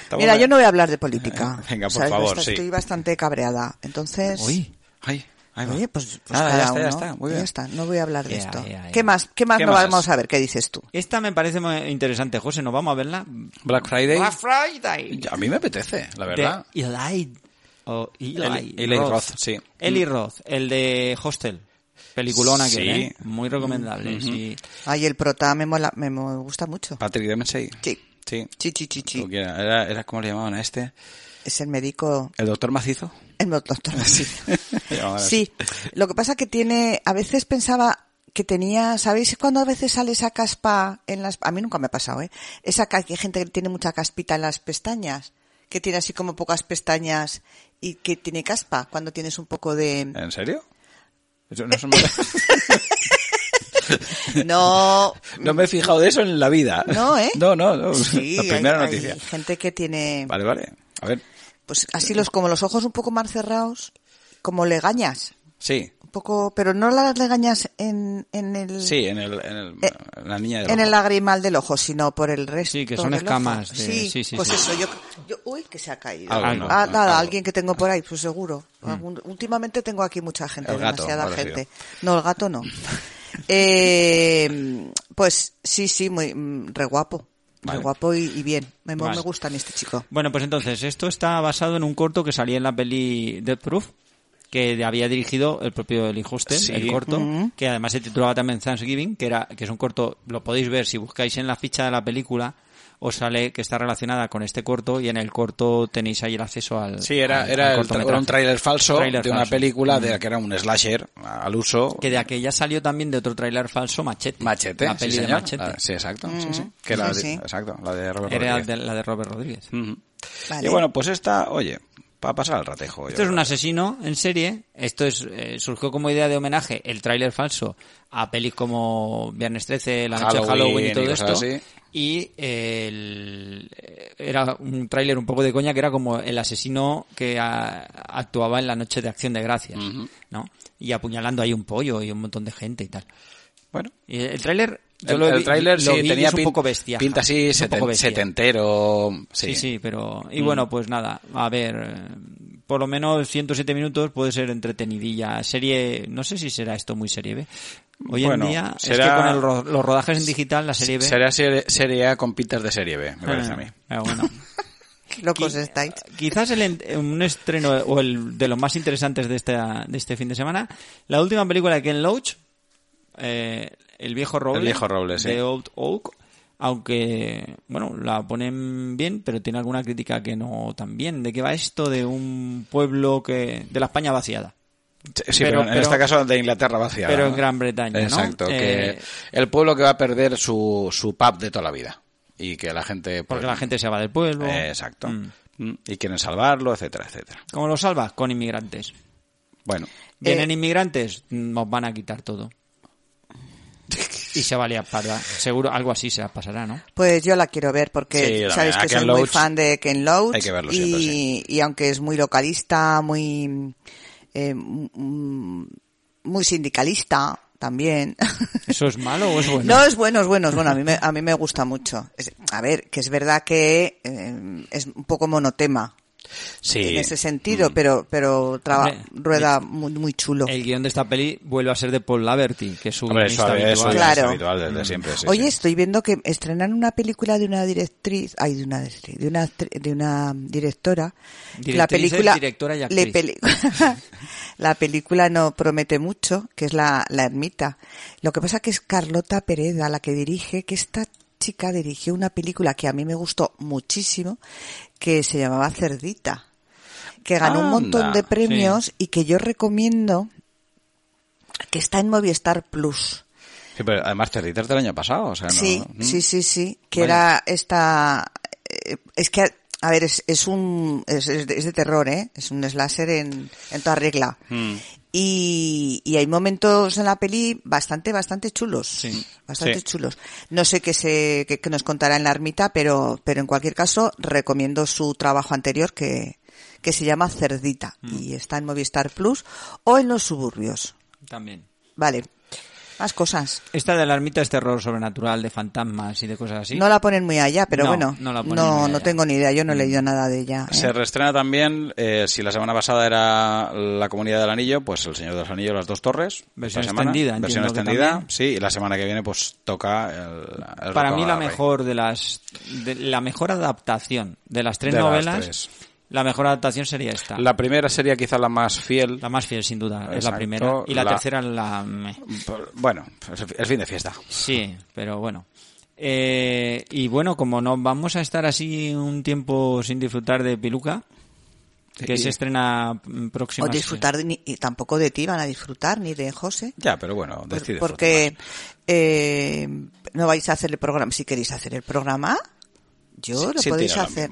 Estamos mira, bien. yo no voy a hablar de política. Venga, por ¿sabes? favor, Bast- sí. Estoy bastante cabreada. Entonces, Uy. Ay, ahí va. oye, pues, pues Nada, cada ya está, ya uno. está. Muy bien. está, No voy a hablar de Ya, esto. ya, ya. ¿Qué más? ¿Qué más ¿Qué no más? vamos a ver? ¿Qué dices tú? Esta me parece muy interesante, José. ¿Nos vamos a verla? Black Friday. Black Friday. A mí me apetece, la verdad. De Eli. o Eli Eli- Eli Roth, sí. Eli Roth, el de Hostel. Peliculona que Sí. ¿eh? Muy recomendable. sí. Ay, el prota me, mola- me, me gusta mucho. Patrick Dempsey. Sí. Sí. Sí, sí, sí, sí. Como quiera. Era, era como le llamaban a este. Es el médico, El doctor macizo. el doctor. Le llamaban así. Sí, lo que pasa que tiene, a veces pensaba que tenía, ¿sabéis cuando a veces sale esa caspa en las, a mí nunca me ha pasado, eh? Esa ca- que hay gente que tiene mucha caspita en las pestañas, que tiene así como pocas pestañas y que tiene caspa cuando tienes un poco de, ¿En serio? Eso no, se me... no, no me he fijado de eso en la vida. no, eh? No, no, no. Sí, la hay- primera hay noticia. gente que tiene, Vale, vale. A ver. pues así los, como los ojos un poco más cerrados, como legañas, Sí. un un poco, pero no las legañas en, en el Sí, en, el, en, el- Eh, en la niña del en ojo. el lagrimal del ojo, sino por el resto. Sí, que son del ojo. escamas de- Sí, sí, sí, pues sí. eso. Yo, yo- uy, que se ha caído. Algo, ¿no? Ah, nada, Algo. alguien que tengo por ahí, pues seguro. Algún- últimamente tengo aquí mucha gente, El gato, demasiada ahora sí. gente. No, el gato no. Eh, pues sí, sí, muy mm, re guapo. Re Vale. guapo y, y bien. Me, me Vale. gusta a mí este chico. Bueno, pues entonces, esto está basado en un corto que salía en la peli Death Proof, que había dirigido el propio Eli Hostel, Sí. el corto, que además se titulaba también Thanksgiving, que, era, que es un corto, lo podéis ver si buscáis en la ficha de la película, os sale que está relacionada con este corto y en el corto tenéis ahí el acceso al. Sí, era, Ah, al- era, al el- cortometraje. era un tráiler falso Tráiler de una falso. película Mm. de la que era un slasher al uso. Que de aquella salió también de otro tráiler falso, Machete. Machete, La sí, peli de señor. Machete. Ah, sí, exacto. sí, sí. Que Mm. Sí, la de- sí. Exacto, la de Robert Era Rodríguez. de- la de Robert Rodríguez. Ujú. Vale. Y bueno, pues esta, oye, para pasar al ratejo. yo Esto es creo. un asesino en serie. Esto es eh, surgió como idea de homenaje el tráiler falso a pelis como Viernes 13, La noche de Halloween Halloween y y todo esto. cosas así. Y el- eh, era un tráiler un poco de coña que era como el asesino que a- actuaba en la noche de Acción de Gracias, ¿no? Y apuñalando ahí un pollo y un montón de gente y tal. Bueno. Y el tráiler yo El, lo el vi- tráiler lo sí vi y tenía es un pin- poco bestia. pinta así Es un poco seten- bestia. setentero. Sí, Sí, Mm. sí, pero... Y bueno, pues nada, a ver, eh, por lo menos 107 minutos puede ser entretenidilla. Serie, no sé si será esto muy serie B. Hoy Bueno, en día, es será- que con el ro- los rodajes en digital, la serie B... eh, Sería serie, serie A con pintas de serie B, me parece a mí. Ah, bueno. Locos Qui- estáis. Quizás el en- un estreno o el de los más interesantes de, esta, de este fin de semana. La última película de Ken Loach, eh, El viejo roble. El viejo roble, sí. De Old Oak. Aunque, bueno, la ponen bien, pero tiene alguna crítica que no tan bien. ¿De qué va esto? De un pueblo que. de la España vaciada. Sí, sí, pero, Pero- en pero- este caso de Inglaterra vaciada. pero en ¿no? Gran Bretaña, ¿no? Exacto, que Eh, el pueblo que va a perder su, su pub de toda la vida. Y que la gente... pues, Porque la gente se va del pueblo. eh, exacto. Mm. Mm, Y quieren salvarlo, etcétera, etcétera. ¿Cómo lo salvas? Con inmigrantes. Bueno, Vienen inmigrantes, nos van a quitar todo. Y se vale a parar. Seguro algo así se las pasará, ¿no? Pues yo la quiero ver Sí, porque yo sabéis también. A que Ken soy muy Loach- fan de Ken Loach Hay que verlo y, siempre, sí. y aunque es muy localista, muy eh, mm, muy sindicalista también. ¿Eso es malo o es bueno? No, es bueno, es bueno, es bueno. A mí me, a mí me gusta mucho. Es- a ver, que es verdad que eh, es un poco monotema sí. en ese sentido, pero pero traba- Mm. Hombre, rueda muy, muy chulo. El guión de esta peli vuelve a ser de Paul Laverty, que es su Hombre, guionista eso, eso habitual. Mm. es Claro. habitual desde siempre. sí, Oye, sí. estoy viendo que estrenan una película de una directriz, ay, de una directriz, de una, actri- de una directora. Directriz la es película, directora y le actriz. peli- la película no promete mucho, que es la, la ermita. Lo que pasa que es Carlota Pereda la que dirige, que esta chica dirigió una película que a mí me gustó muchísimo, que se llamaba Cerdita, que ganó un montón Anda, de premios y que yo recomiendo que está en Movistar Plus. Sí, pero además te editas del año pasado, o sea, no- Sí, ¿Mm? sí, sí, sí. Que Vale. era esta. eh, Es que, a ver, es, es un. Es, es de es de terror, ¿eh? Es un slasher en, en toda regla. Hmm. Y, y hay momentos en la peli bastante, bastante chulos. Sí. Bastante Sí. chulos. No sé qué se, qué, qué nos contará en la ermita, pero, pero en cualquier caso, recomiendo su trabajo anterior que, que se llama Cerdita. Hmm. Y está en Movistar Plus o en los suburbios. También. Vale. Más cosas. Esta de la ermita es terror sobrenatural, de fantasmas y de cosas así. No la ponen muy allá, pero No, bueno, no no, la ponen muy no, allá. Mm. tengo ni idea, yo no he leído nada de ella. ¿eh? Se reestrena también, eh, si la semana pasada era La Comunidad del Anillo, pues El Señor del Anillo, Las Dos Torres. Versión esta semana. extendida, Versión entiendo que extendida, también. sí, y la semana que viene pues toca el... el Para mí Retorno la del Rey. mejor de las... de- la mejor adaptación de las tres De las novelas, tres. la mejor adaptación sería esta. La primera sería quizá la más fiel. La más fiel, sin duda, es la Exacto, primera. Y la, la- tercera la... meh. Bueno, pues el fin de fiesta. Sí, pero bueno. Eh, y bueno, como no vamos a estar así un tiempo sin disfrutar de Piluca, que Sí. se estrena mm, o próxima. disfrutar, de ni- y tampoco de ti van a disfrutar, ni de José. Ya, pero bueno, por- decide. porque eh, no vais a hacer el programa. Si queréis hacer el programa, yo lo podéis hacer.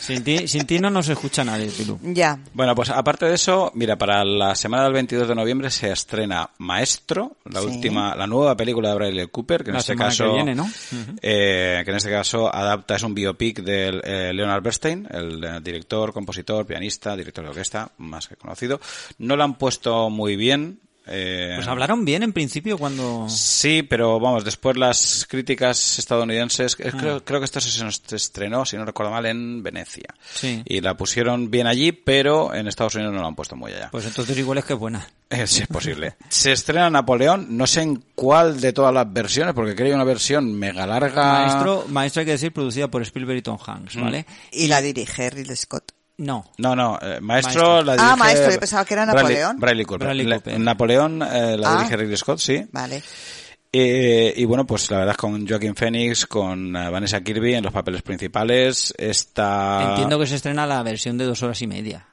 Sin ti, sin ti no nos escucha nadie, Pilu. Ya. Bueno, pues aparte de eso, mira, para la semana del 22 de noviembre se estrena Maestro, la Sí. última, la nueva película de Bradley Cooper, que en La este semana que caso, viene, ¿no? eh, que en este caso adapta es un biopic de eh, Leonard Bernstein, el eh, director, compositor, pianista, director de orquesta, más que conocido. No la han puesto muy bien. eh, Pues hablaron bien en principio cuando... Sí, pero vamos, después las críticas estadounidenses, eh, Mm. creo, creo que esto se nos estrenó, si no recuerdo mal, en Venecia. Sí. Y la pusieron bien allí, pero en Estados Unidos no la han puesto muy allá. Pues entonces igual es que es buena. Eh, si es posible. Se estrena Napoleón, no sé en cuál de todas las versiones, porque creo que hay una versión mega larga. Maestro, maestro hay que decir, producida por Spielberg y Tom Mm. Hanks, ¿vale? Y la dirige Ridley Scott. No. No, no, eh, maestro, Maestro. la Ah, dirige... Maestro, yo pensaba que era Bradley- Napoleón. Bradley Cooper. Bradley Le- Cooper. Napoleón eh, la Ah. dirige Ridley Scott, sí. Vale. Eh, y bueno, pues la verdad es con Joaquín Phoenix, con eh, Vanessa Kirby en los papeles principales, está... Entiendo que se estrena la versión de dos horas y media.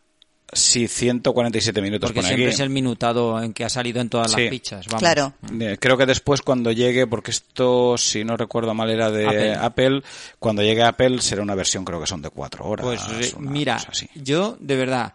Sí, 147 minutos Porque pone siempre aquí. es el minutado en que ha salido en todas Sí. las fichas. vamos. Claro. Eh, Creo que después cuando llegue, porque esto, si no recuerdo mal, era de Apple, Apple. cuando llegue a Apple será una versión, creo que son de cuatro horas. Pues eh, una mira, cosa así. yo de verdad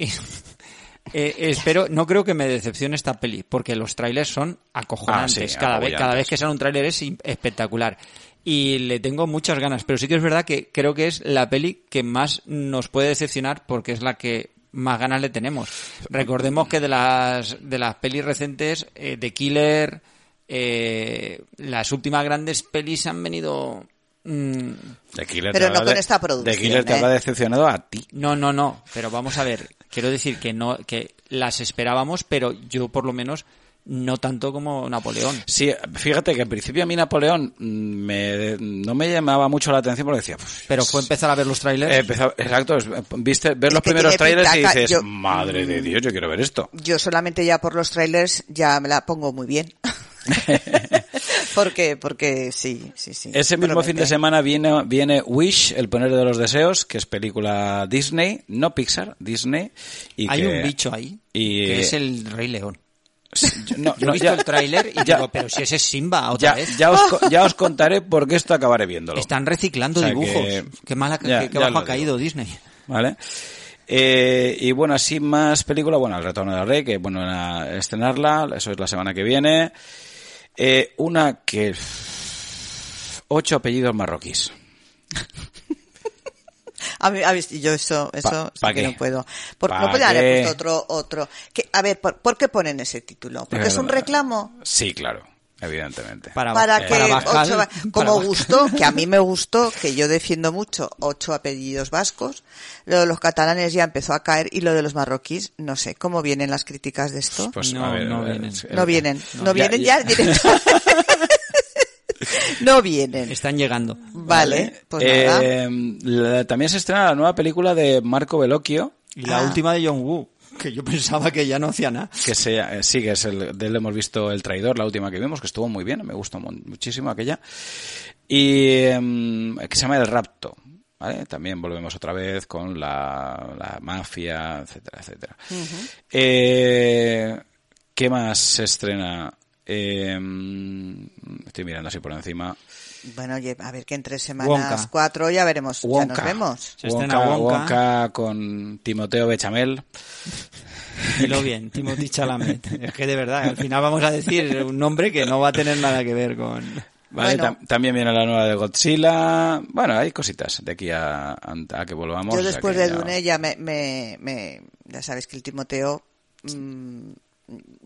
eh, espero, no creo que me decepcione esta peli, porque los trailers son acojonantes. Ah, sí, cada vez, cada apabullantes. vez que sale un tráiler es im- espectacular. Y le tengo muchas ganas, pero sí que es verdad que creo que es la peli que más nos puede decepcionar porque es la que más ganas le tenemos. Recordemos que de las de las pelis recentes eh, de Killer eh, las últimas grandes pelis han venido mm, The Killer Pero te no habrá con de- esta producción, The Killer te ¿eh? habrá decepcionado a ti. No, no, no, pero vamos a ver, quiero decir que no que las esperábamos, pero yo por lo menos no tanto como Napoleón. Sí, fíjate que en principio a mí Napoleón mm, me, no me llamaba mucho la atención porque decía... "Uf, Pero fue empezar a ver los trailers. eh, empezaba- exacto, es- viste, ver Es los que primeros tiene trailers y pintaca, dices, yo- madre de Dios, yo quiero ver esto. Yo solamente ya por los trailers ya me la pongo muy bien. porque, porque sí, sí, sí. Ese mismo fin de Promete. semana viene, viene Wish, El Poner de los Deseos, que es película Disney, no Pixar, Disney. Y Hay que- un bicho ahí y- que es el Rey León. Sí, yo- no, Yo he no, visto ya- el tráiler y ya- digo, pero si ese es Simba otra ya, vez. ya os, co- ya os contaré por qué esto acabaré viéndolo. Están reciclando O sea dibujos. que- Qué mala que- ya- que, que ya bajo lo ha caído Disney. ¿Vale? Eh, y bueno, así más película. Bueno, El Retorno del Rey, que bueno, a estrenarla, eso es la semana que viene. Eh, una que. Ocho apellidos marroquíes. A mí- a mí- yo eso, eso Pa- sí ¿pa que qué? no puedo. Por, ¿Pa no podían haber qué? puesto otro, otro. Que, a ver, ¿por, por qué ponen ese título? Porque es un Pero- reclamo. Sí, claro, evidentemente. Para, Para que bajar- ocho va- para como bajar. gustó, que a mí me gustó, que yo defiendo mucho ocho apellidos vascos, lo de los catalanes ya empezó a caer y lo de los marroquíes, no sé, ¿cómo vienen las críticas de esto? Pues, No, a ver, no eh, vienen. es- no vienen, no, Ya- vienen ya, directo. no vienen. Están llegando. Vale, pues Eh, nada. la- también se estrena la nueva película de Marco Veloquio, Y la Ah. última de John Woo, que yo pensaba que ya no hacía nada. que se, eh, sí, que es el, de él hemos visto El Traidor, la última que vimos, que estuvo muy bien, me gustó mu- muchísimo aquella. Y em, que se llama El Rapto. ¿Vale? También volvemos otra vez con la, la mafia, etcétera, etcétera. Eh, ¿Qué más se estrena? Em, estoy mirando así por encima. Bueno, oye, a ver que en tres semanas, Wonka. cuatro, ya veremos, ya nos vemos. Se estrena Wonka, Wonka. Wonka con Timoteo Bechamel. Dilo bien, Timothy Chalamet. Es que de verdad, al final vamos a decir un nombre que no va a tener nada que ver con... Vale, Bueno. tam- también viene la nueva de Godzilla. Bueno, hay cositas de aquí a, a que volvamos. o Yo sea después que de ya- Dune ya me, me, me- ya sabes que el Timoteo mm,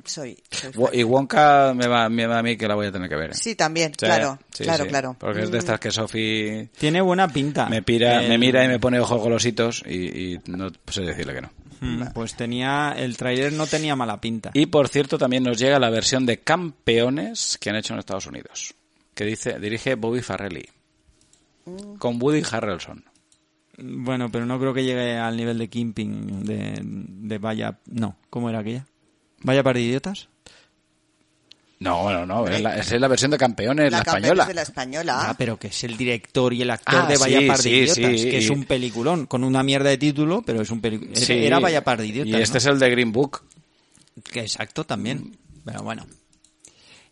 soy, soy fan. Wo- Y Wonka me va, me va a mí que la voy a tener que ver. ¿eh? sí también, Sí, claro, sí, claro, sí. claro. Mm. Ah, Porque es de estas que Sofi Tiene buena pinta. me, pira, El- me mira y me pone ojos golositos y, y no sé decirle que no. Mm, Pues tenía... El tráiler no tenía mala pinta. Y por cierto, también nos llega la versión de Campeones que han hecho en Estados Unidos. Que dice, dirige Bobby Farrelly. Mm. Con Woody Harrelson. Bueno, pero no creo que llegue al nivel de Kimping, de, de Vaya... No, ¿cómo era aquella? ¿Vaya para idiotas? No, no, no. Es la, esa es la versión de Campeones, la, Eh, la campeona española. de la española. Ah, pero que es el director y el actor Ah, de Vaya sí, par de sí, idiotas, sí, que es y- un peliculón, con una mierda de título, pero es un peliculón. Sí. Era Vaya par de idiotas. Y este ¿no? es el de Green Book. Que exacto también. Pero bueno.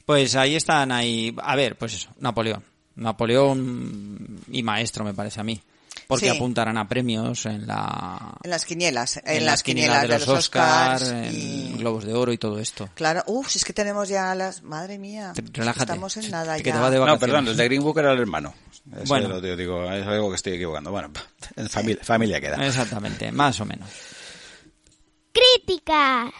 Pues ahí están ahí. A ver, pues eso, Napoleón. Napoleón y maestro, me parece a mí. Porque Sí. apuntarán a premios en la... En las quinielas, en, en las, quinielas de los, Oscars. y- en Globos de Oro y todo esto. Claro, uff, si es que tenemos ya las. Madre mía. Te- Relájate. Estamos en que- nada que ya. te va de No, vacaciones. perdón, el de Green Book era el hermano. Eso Bueno. lo digo, digo, es algo que estoy equivocando. Bueno, familia, familia Eh. queda. Exactamente, más o menos. Críticas.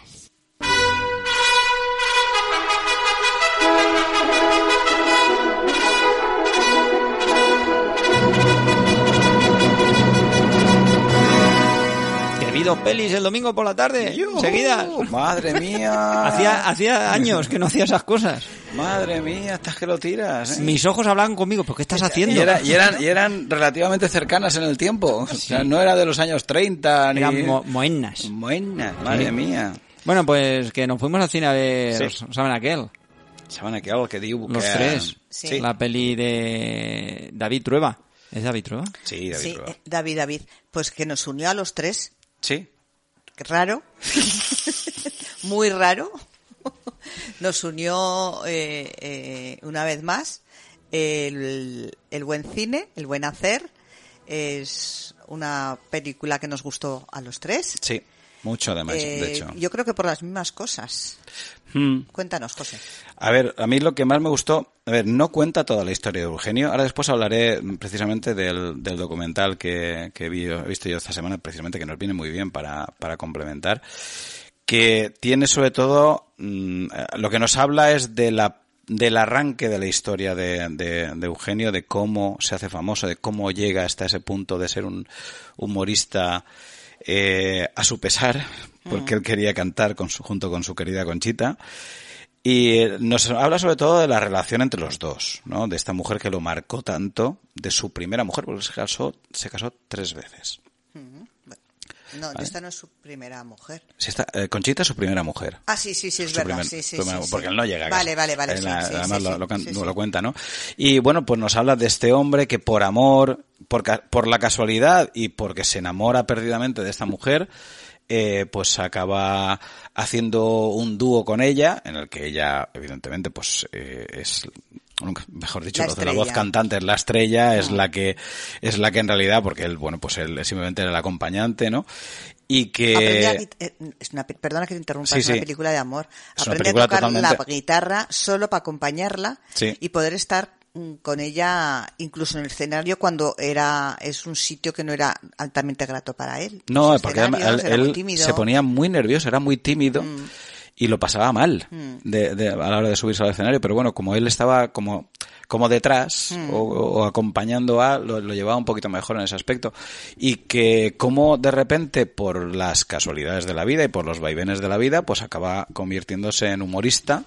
Que vi dos pelis el domingo por la tarde, seguidas. ¡Yujú! Uh, Madre mía. Hacía, hacía años que no hacía esas cosas. Madre mía, estás que lo tiras. ¿eh? Mis ojos hablaban conmigo, ¿pero qué estás haciendo? Y, era- y eran, y eran relativamente cercanas en el tiempo. O sea, no era de los años 30 ni... Eran mo- moenas. Buena, madre Sí. mía. Bueno, pues que nos fuimos al cine a ver, Sí. ¿saben aquel? Saben aquí algo que digo. Los que- tres. Sí. La peli de David Trueba. ¿Es David Trueba? Sí, David. Sí, Roa. eh, David, David. Pues que nos unió a los tres. Sí. Qué Raro. Muy raro. Nos unió eh, eh, una vez más el, el buen cine, el buen hacer. Es una película que nos gustó a los tres. Sí. Mucho, además, Eh, de hecho. Yo creo que por las mismas cosas. Hmm. Cuéntanos, José. A ver, a mí lo que más me gustó, a ver, no cuenta toda la historia de Eugenio. Ahora después hablaré mm, precisamente del, del documental que, que vi- he visto yo esta semana, precisamente que nos viene muy bien para, para complementar, que tiene sobre todo, mm, eh, lo que nos habla es de la del arranque de la historia de, de- de Eugenio, de cómo se hace famoso, de cómo llega hasta ese punto de ser un humorista eh, a su pesar, porque él quería cantar con su- junto con su querida Conchita. Y eh, nos habla sobre todo de la relación entre los dos, ¿no? De esta mujer que lo marcó tanto, de su primera mujer, porque se casó, se casó tres veces. No, esta no es su primera mujer. Si esta- eh, Conchita es su primera mujer. Ah, sí, sí, sí, es Su verdad. primer- sí, sí, primera- sí, sí. porque él no llega a casa. Vale, vale, vale. Él sí, la- sí, además sí, lo, sí, lo can- sí, lo sí. cuenta, ¿no? Y bueno, pues nos habla de este hombre que por amor, por, ca- por la casualidad y porque se enamora perdidamente de esta mujer, eh, pues acaba haciendo un dúo con ella, en el que ella, evidentemente, pues eh, es nunca- mejor dicho La lo de la voz estrella. Ah. cantante es la estrella es la que es la que en realidad porque él bueno pues él simplemente era el acompañante no y que Aprende a guit- eh, es una pe- perdona que te interrumpa, Sí, es una sí. película de amor. Es una Aprende a película tocar la totalmente- guitarra solo para acompañarla Sí. y poder estar mm, con ella incluso en el escenario cuando era es un sitio que no era altamente grato para él. No, Los porque además él, escenarios, era muy él tímido. Mm. se ponía muy nervioso, era muy tímido y lo pasaba mal de- de- a la hora de subirse al escenario. Pero bueno, como él estaba como, como detrás Mm. o, o acompañando a, lo, lo llevaba un poquito mejor en ese aspecto. Y que como de repente, por las casualidades de la vida y por los vaivenes de la vida, pues acaba convirtiéndose en humorista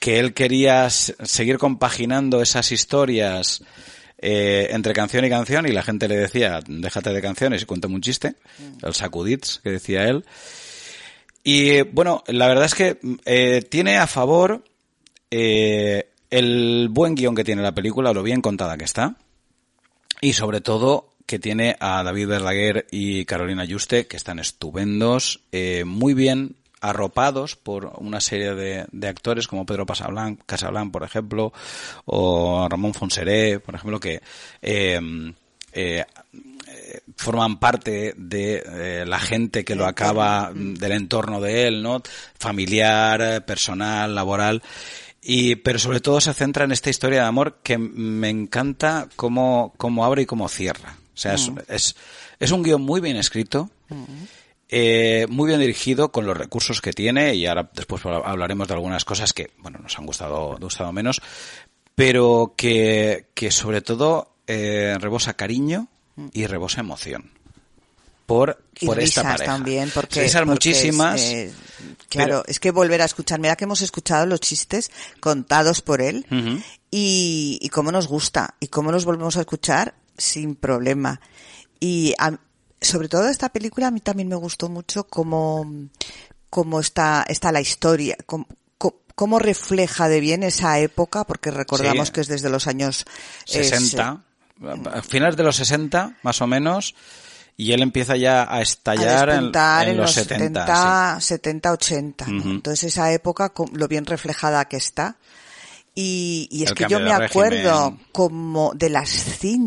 que él quería s- seguir compaginando esas historias eh, entre canción y canción y la gente le decía, déjate de canciones y cuéntame un chiste, el sacudits que decía él. Y eh, bueno, la verdad es que mm, eh, tiene a favor eh, el buen guión que tiene la película, lo bien contada que está, y sobre todo que tiene a David Verdaguer y Carolina Juste, que están estupendos, eh, muy bien arropados por una serie de, de actores como Pedro Pasablan- Casablan, por ejemplo, o Ramón Fonseré, por ejemplo, que eh, eh, eh, forman parte de eh, la gente que lo acaba mm, del entorno de él, ¿no? Familiar, eh, personal, laboral. Y, pero sobre todo se centra en esta historia de amor que me encanta cómo, cómo abre y cómo cierra. O sea, es, es, es un guión muy bien escrito, eh, muy bien dirigido con los recursos que tiene y ahora después hablaremos de algunas cosas que, bueno, nos han gustado, gustado menos, pero que, que sobre todo eh, rebosa cariño y rebosa emoción por, Mm. Y por esta risas pareja. también, porque, Risas porque es, muchísimas. eh, pero- claro, es que volver a escuchar, mira que hemos escuchado los chistes contados por él Ujú. y, y cómo nos gusta y cómo los volvemos a escuchar sin problema. Y a- sobre todo esta película a mí también me gustó mucho cómo, cómo está, está la historia, cómo, cómo- cómo refleja de bien esa época, porque recordamos Sí. que es desde los años eh, 60, a finales de los 60, más o menos, y él empieza ya a estallar a en, despuntar en los 70. sí. 70, 80. ¿no? Ujú. Entonces esa época, con lo bien reflejada que está. Y, y es El que yo cambio me de acuerdo régimen. como de las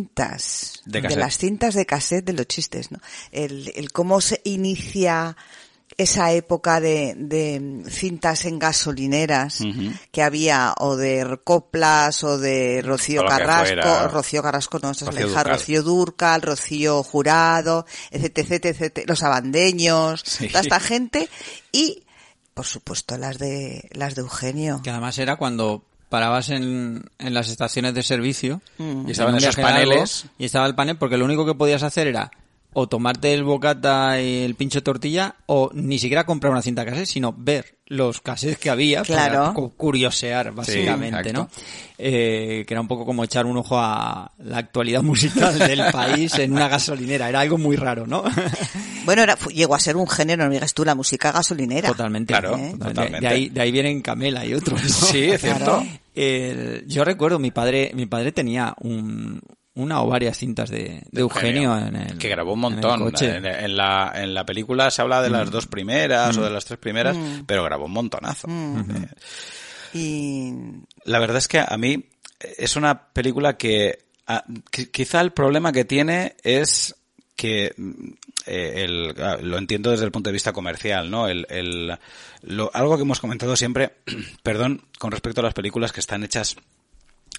cintas, De de, cassette. las cintas de cassette de los chistes, ¿no? El, el cómo se inicia esa época de, de cintas en gasolineras Ujú. que había o de Coplas o de Rocío O lo que fuera. Carrasco, Rocío Carrasco no, esto es Rocío la hija, Dúrcal. Rocío Durcal, Rocío Jurado, etc, etc, etc, los abandeños, Sí. toda esta gente y por supuesto las de las de Eugenio. Que además era cuando parabas en, en las estaciones de servicio Mm. Y estaban en un esos viaje largo, paneles. y estaba el panel porque lo único que podías hacer era o tomarte el bocata y el pincho de tortilla o ni siquiera comprar una cinta cassette, sino ver los cassettes que había para Claro. cu- curiosear básicamente, exacto. ¿no? Eh, que era un poco como echar un ojo a la actualidad musical del país en una gasolinera, era algo muy raro, ¿no? Bueno, era, fu- llegó a ser un género, no me digas tú, la música gasolinera. Totalmente. Claro, De- totalmente. De, ahí, de ahí vienen Camela y otros. ¿no? Sí, es cierto. El- yo recuerdo, mi padre, mi padre tenía un- una o varias cintas de, de Eugenio, en el. que grabó un en el montón. coche. Mm. En, en la, en la película se habla de las dos primeras o de las tres primeras, pero grabó un montonazo. Mm. Eh, Y La verdad es que a mí eh, es una película que ah, qui- quizá el problema que tiene es que mm, eh, el- ah, lo entiendo desde el punto de vista comercial, ¿no? El, el- lo- algo que hemos comentado siempre, perdón, con respecto a las películas que están hechas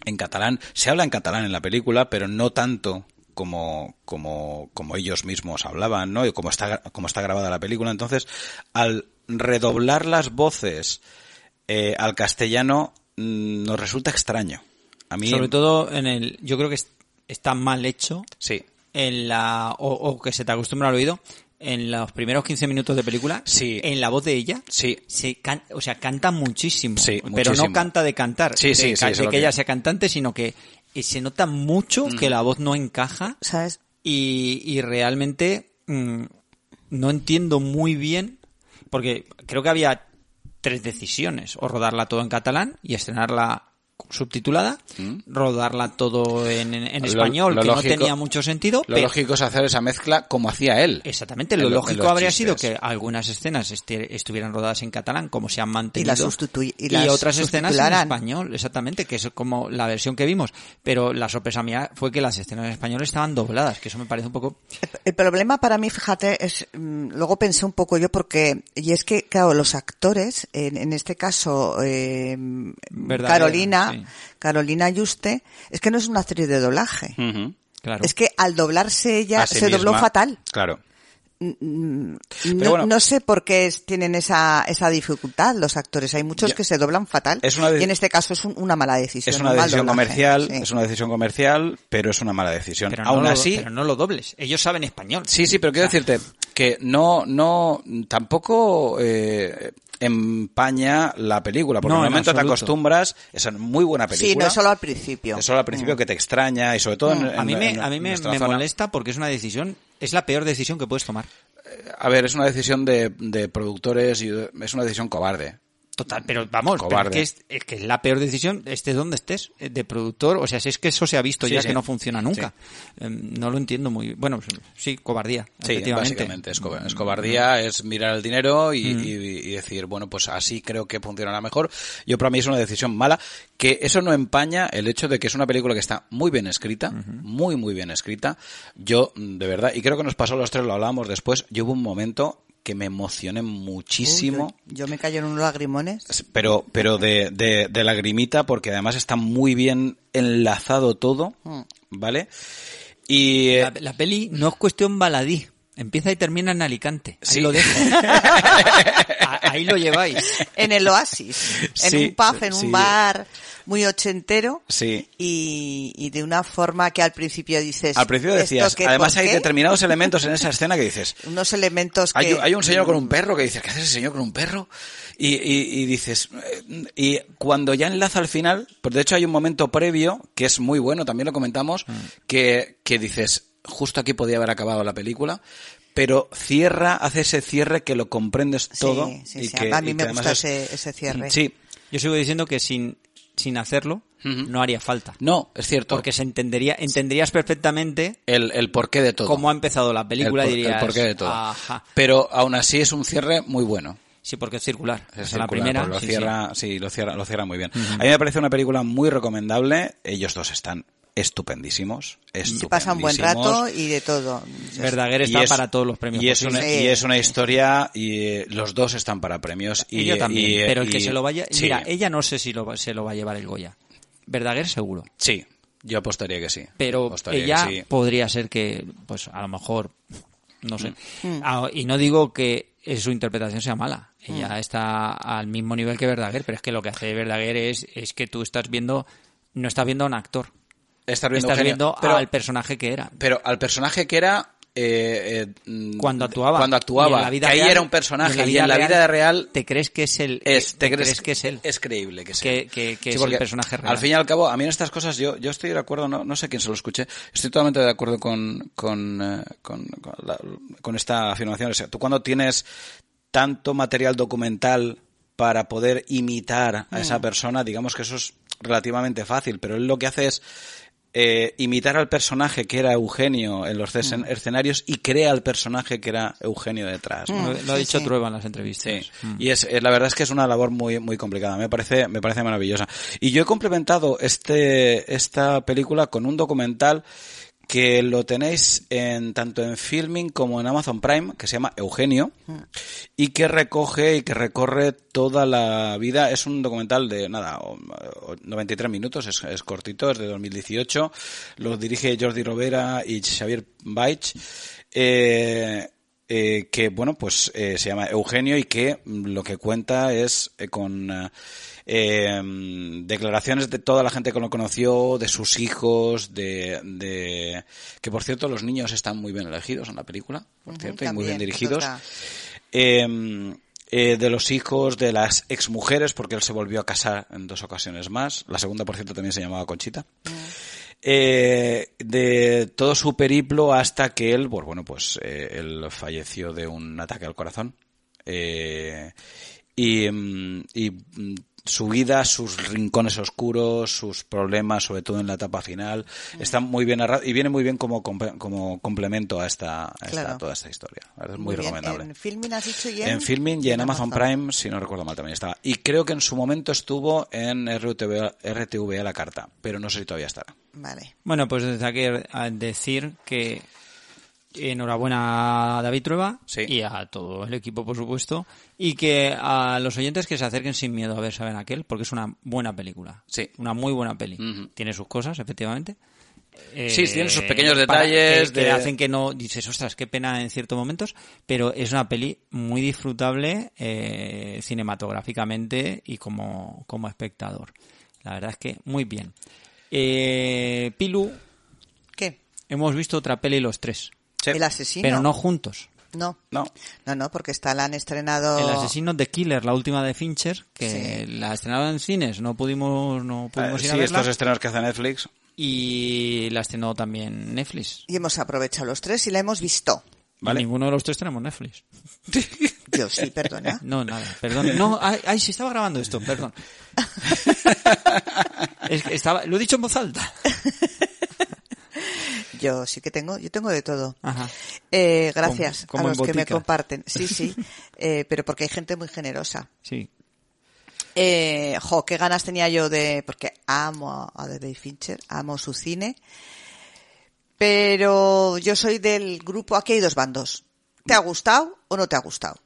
en catalán. Se habla en catalán en la película, pero no tanto como, como, como ellos mismos hablaban, ¿no? Y como está, como está grabada la película. Entonces, al redoblar las voces eh, al castellano, mm, nos resulta extraño. A mí, Sobre todo en el. Yo creo que es- está mal hecho sí. en la. O, o que se te acostumbra al oído. En los primeros 15 minutos de película, Sí. en la voz de ella, Sí. se can- o sea, canta muchísimo, Sí, pero muchísimo. no canta de cantar, Sí, de, sí, sí, ca- eso es Mm. de lo que que- ella sea cantante, sino que eh, se nota mucho que la voz no encaja sabes, y, y realmente mm, no entiendo muy bien, porque creo que había tres decisiones, o rodarla todo en catalán y estrenarla subtitulada, rodarla todo en, en- en Mm. Lo- español, lo que lógico- no tenía mucho sentido, Lo pero lógico es hacer esa mezcla como hacía él. exactamente, En lo lo- en lógico los habría sido chistes. que algunas escenas esti- estuvieran rodadas en catalán, como se han mantenido, Y las sustituy- y las otras escenas en sustitularan. español, exactamente, que es como la versión que vimos, pero la sorpresa mía fue que las escenas en español estaban dobladas, que eso me parece un poco... el problema para mí, fíjate, es, mm, luego pensé un poco yo porque, y es que, claro, los actores, en, en este caso, eh, Verdadero, Carolina, sí. Carolina Yuste, es que no es una actriz de doblaje. Ujú. Claro. Es que al doblarse ella A sí se dobló misma. fatal. Claro. No, bueno. no sé por qué es- tienen esa, esa dificultad los actores. Hay muchos Ya. que se doblan fatal. Es una de- y en este caso es un- una mala decisión. Es una un mal decisión doblaje, comercial, sí. es una decisión comercial, pero es una mala decisión. Pero Aún no lo- así, pero no lo dobles. Ellos saben español. Sí, sí, pero quiero decirte que no, no, tampoco eh, empaña la película, porque No, en en el momento te absoluto. acostumbras, es una muy buena película. Sí, no es solo al principio. Es solo al principio que te extraña y sobre todo en, Mm. A mí en- me, en a mí me, nuestra me zona. molesta porque es una decisión, es la peor decisión que puedes tomar. A ver, es una decisión de, de productores y de- es una decisión cobarde. Total, pero vamos, pero Cobarde. es, que es, es que es la peor decisión, estés donde estés, eh, de productor, o sea, si es que eso se ha visto Sí, ya sí. que no funciona nunca. Em, no lo entiendo muy Bueno, sí, cobardía, Sí, efectivamente. básicamente es, coba- es cobardía, es mirar el dinero y, y- y decir, bueno, pues así creo que funcionará mejor. Yo para mí es una decisión mala, que eso no empaña el hecho de que es una película que está muy bien escrita, muy, muy bien escrita. Yo, mm, de verdad, y creo que nos pasó a los tres, lo hablábamos después, yo hubo un momento que me emocioné muchísimo Uy, yo, yo me cayeron unos lagrimones. pero pero de, de, de lagrimita porque además está muy bien enlazado todo vale y eh, La, la peli no es cuestión baladí. Empieza y termina en Alicante. Ahí Sí. lo dejo. A- Ahí lo lleváis. En el oasis. En Sí, un pub, en un sí. bar muy ochentero. sí Y, y de una forma que al principio dices. al principio ¿esto decías qué, además por hay qué? determinados elementos en esa escena que dices Unos elementos que. mm. hay, hay un señor con un perro que dices ¿qué hace ese señor con un perro? y, y- y dices eh, y cuando ya enlaza al final pues de hecho hay un momento previo que es muy bueno también lo comentamos Mm. que, que dices justo aquí podía haber acabado la película pero cierra, hace ese cierre que lo comprendes Sí, todo. sí, y sí, que- a y mí que me además gusta es- ese, ese cierre. Sí, Yo sigo diciendo que sin, sin hacerlo no haría falta. no, es cierto. Porque se entendería, entenderías perfectamente el, el porqué de todo. cómo ha empezado la película, el, por- el dirías. porqué de todo. Ajá. Pero aún así es un cierre muy bueno. Sí, porque es circular. Es la circular, primera. pero Lo sí, sí. cierra, sí, lo cierra, lo cierra muy bien. A mí me parece una película muy recomendable. Ellos dos están estupendísimos. Se pasa un buen rato estupendísimos. y de todo. Verdaguer está Y es- para todos los premios. Y es una, posibles. posibles. y es una historia y eh, los dos están para premios. Y, Y yo también. y, eh, pero el que y- se lo vaya. sí, Mira, ella no sé si lo, va- se lo va a llevar el Goya. Verdaguer seguro. sí, yo apostaría que sí. Pero Apostaría que ella sí. podría ser que, pues a lo mejor, no sé. Ah, y no digo que eh, su interpretación sea mala. Ella está al mismo nivel que Verdaguer, pero es que lo que hace Verdaguer es, es que tú estás viendo, no estás viendo a un actor. Estás viendo, estás Eugenio, viendo pero, al personaje que era. pero al personaje que era eh, eh, mm, Cuando actuaba. Cuando Y actuaba. en la vida que ahí real- era un personaje. Y en la vida real Te crees que es él. es, te te crees, que es él. Es creíble que sea. que, que- que es Sí, porque el personaje real. Al fin y al cabo, a mí en estas cosas yo, yo estoy de acuerdo, no, no sé quién se lo escuche, estoy totalmente de acuerdo con, con, eh, con, con la- con esta afirmación. O sea, tú cuando tienes tanto material documental para poder imitar a Mm. esa persona, digamos que eso es relativamente fácil, pero él lo que hace es eh, imitar al personaje que era Eugenio en Mm. los escen- escenarios y crea al personaje que era Eugenio detrás. ¿no? Lo, lo ha Sí, dicho sí. Trueba en las entrevistas. Mm. Sí. Y es, eh, la verdad es que es una labor muy, muy complicada. Me parece, me parece maravillosa. Y yo he complementado este, esta película con un documental que lo tenéis en tanto en Filming como en Amazon Prime, que se llama Eugenio, y que recoge y que recorre toda la vida. Es un documental de nada, o- o 93 minutos, es, es cortito, es de 2018. Lo dirige Jordi Rovera y Xavier Baich. Eh, eh, que bueno, pues eh, se llama Eugenio y que mm, lo que cuenta es eh, con eh, em, declaraciones de toda la gente que lo conoció, de sus hijos, de, de- que por cierto los niños están muy bien elegidos en la película, por Ujú, cierto, y muy bien también, eso dirigidos. está. Em, eh, de los hijos de las exmujeres, porque él se volvió a casar en dos ocasiones más. La segunda, por cierto, también se llamaba Conchita eh, de todo su periplo hasta que él, pues, bueno, pues eh, él falleció de un ataque al corazón. Eh, y, mm, y, mm, su vida, sus rincones oscuros, sus problemas, sobre todo en la etapa final, Mm. están muy bien narrados y viene muy bien como, comp- como complemento a esta, a esta- Claro. toda esta historia. La verdad Es muy, bien. Eh, recomendable. En filming has dicho y en, En Filming y en Amazon, Prime, si no recuerdo mal, también estaba. Y creo que en su momento estuvo en RTV, a la carta, pero no sé si todavía estará. Vale. Bueno, pues desde aquí a decir que enhorabuena a David Trueba Sí. y a todo el equipo, por supuesto, y que a los oyentes que se acerquen sin miedo a ver Saben Aquel, porque es una buena película. Sí. Una muy buena peli. Ujú. Tiene sus cosas, efectivamente. Sí, tiene sus pequeños Eh, para- detalles que, que de- hacen que no dices, ostras, qué pena en ciertos momentos, pero es una peli muy disfrutable eh, cinematográficamente y como, como espectador. La verdad es que muy bien. Eh, Pilu, ¿Qué? hemos visto otra peli los tres, El asesino. pero no juntos. No. No. No, no, porque está la han estrenado. El asesino de Killer, la última de Fincher, que Oh. Sí. la estrenaron en cines, no pudimos, no Eh, pudimos ir a sí, verla, estos estrenos que hace Netflix. y la estrenó también Netflix. Y hemos aprovechado los tres y la hemos visto. Y Vale. ninguno de los tres tenemos Netflix. Yo sí, perdona. No, nada, perdón. No, ay, ay, se estaba grabando esto, perdón. Es que estaba, lo he dicho en voz alta. Yo sí que tengo, yo tengo de todo. Ah. Ajá. Eh, gracias Como- como a en los que me botica. comparten. Sí, sí, eh, pero porque hay gente muy generosa. Sí. Eh, jo, qué ganas tenía yo de, porque amo a David Fincher, amo su cine, pero yo soy del grupo, aquí hay dos bandos. ¿Te ha gustado o no te ha gustado?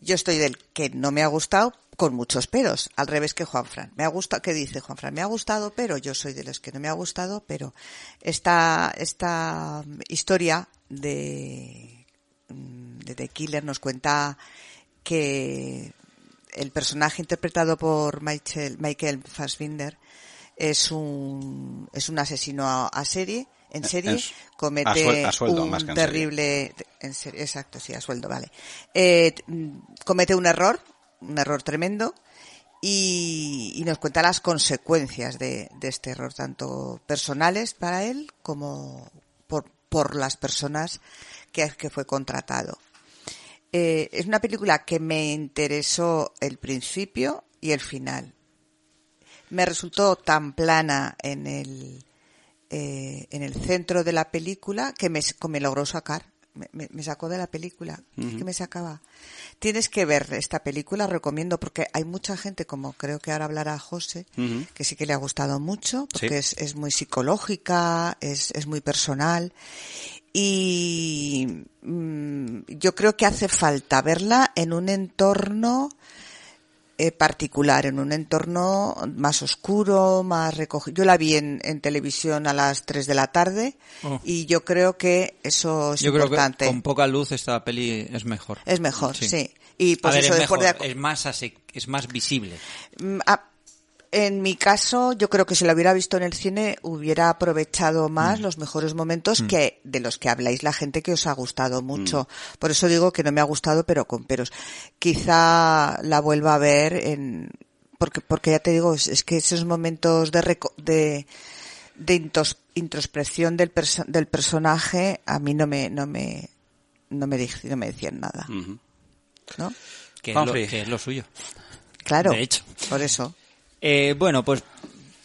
Yo estoy del que no me ha gustado con muchos peros, al revés que Juanfran. Me ha gustado, ¿qué dice Juanfran? Me ha gustado, pero yo soy de los que no me ha gustado, pero esta, esta historia de, mm, de The Killer nos cuenta que el personaje interpretado por Michael, Michael Fassbinder es un, es un asesino a, a serie, en Eh, Es- serie, comete a suel- a sueldo, un más que en serie. terrible terrible- en serio, exacto, sí, a sueldo, vale. Eh, t- mm, comete un error, un error tremendo, y, y nos cuenta las consecuencias de, de este error, tanto personales para él como por, por las personas que, que fue contratado. Eh, es una película que me interesó el principio y el final. Me resultó tan plana en el, eh, en el centro de la película que me, s- que me logró sacar me, me- me sacó de la película. Es que me sacaba. Tienes que ver esta película, recomiendo, porque hay mucha gente, como creo que ahora hablará José, Ujú. que sí que le ha gustado mucho, porque Sí. es, es muy psicológica, es, es muy personal. Y mm, yo creo que hace falta verla en un entorno eh, particular, en un entorno más oscuro, más recogido. Yo la vi en, en televisión a las 3 de la tarde Oh. y yo creo que eso es Yo creo importante. que con poca luz esta peli es mejor. Es mejor, sí. Y pues A ver, eso es, después de mejor, la- es, más ase- es más visible. Mm, ah, En mi caso, yo creo que si lo hubiera visto en el cine, hubiera aprovechado más Mm. los mejores momentos que de los que habláis la gente que os ha gustado mucho. Mm. Por eso digo que no me ha gustado, pero con peros. Quizá la vuelva a ver en, porque, porque ya te digo, es, es que esos momentos de, reco- de, de intos- introspección del, perso- del personaje a mí no me, no me, no me, dij- no me decían nada, Ujú. ¿no? Que es, lo, Humphrey. que es lo suyo. Claro. De hecho. Por eso. Eh, bueno, pues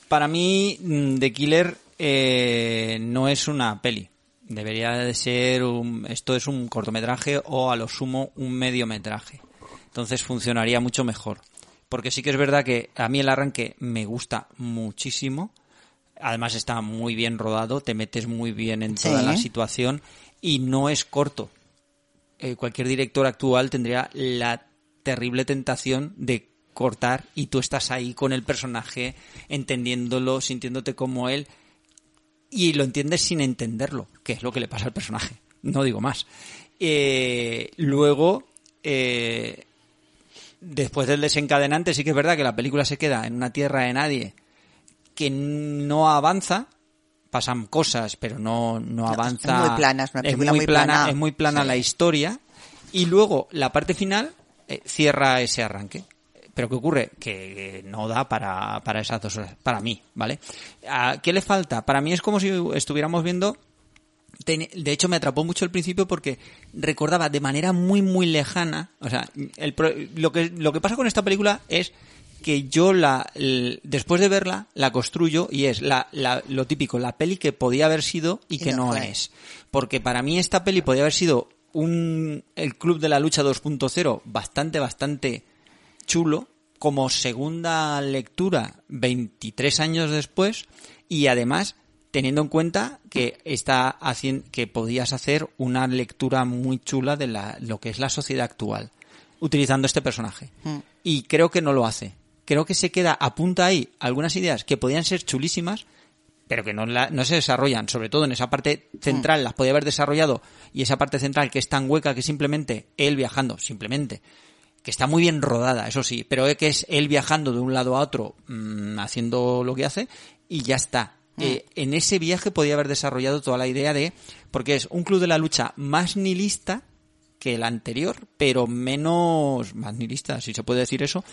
para mí mm, The Killer eh, no es una peli. Debería de ser un... Esto es un cortometraje o a lo sumo un mediometraje. Entonces funcionaría mucho mejor. Porque sí que es verdad que a mí el arranque me gusta muchísimo. Además está muy bien rodado, te metes muy bien en toda Sí. la situación y no es corto eh, cualquier director actual tendría la terrible tentación de cortar y tú estás ahí con el personaje, entendiéndolo, sintiéndote como él, y lo entiendes sin entenderlo, que es lo que le pasa al personaje, no digo más. Eh, luego, eh, después del desencadenante, sí que es verdad que la película se queda en una tierra de nadie que no avanza. Pasan cosas, pero no, no avanza. es muy plana, es una película muy plana. Es muy plana Sí. la historia. Y luego la parte final eh, cierra ese arranque. Pero ¿qué ocurre? Que eh, no da para, para esas dos horas. Para mí, ¿vale? ¿A ¿Qué le falta? Para mí es como si estuviéramos viendo Ten- De hecho, me atrapó mucho al principio porque recordaba de manera muy, muy lejana. O sea, el pro- lo, que, lo que pasa con esta película es que yo la, el- después de verla, la construyo y es la, la- lo típico, la peli que podía haber sido y, Y que no no, fue. es. Porque para mí esta peli podía haber sido un, el Club de la Lucha 2.0 bastante, bastante chulo como segunda lectura 23 años después y además teniendo en cuenta que está hacien- que podías hacer una lectura muy chula de la- lo que es la sociedad actual utilizando este personaje y creo que no lo hace creo que se queda apunta ahí algunas ideas que podían ser chulísimas pero que no, la- no se desarrollan, sobre todo en esa parte central, las podía haber desarrollado, y esa parte central que es tan hueca que simplemente él viajando, simplemente, que está muy bien rodada, eso sí, pero es que es él viajando de un lado a otro, mm, haciendo lo que hace, y ya está. Eh, en ese viaje podía haber desarrollado toda la idea de, porque es un club de la lucha más nihilista que el anterior, pero menos, más nihilista, si se puede decir eso.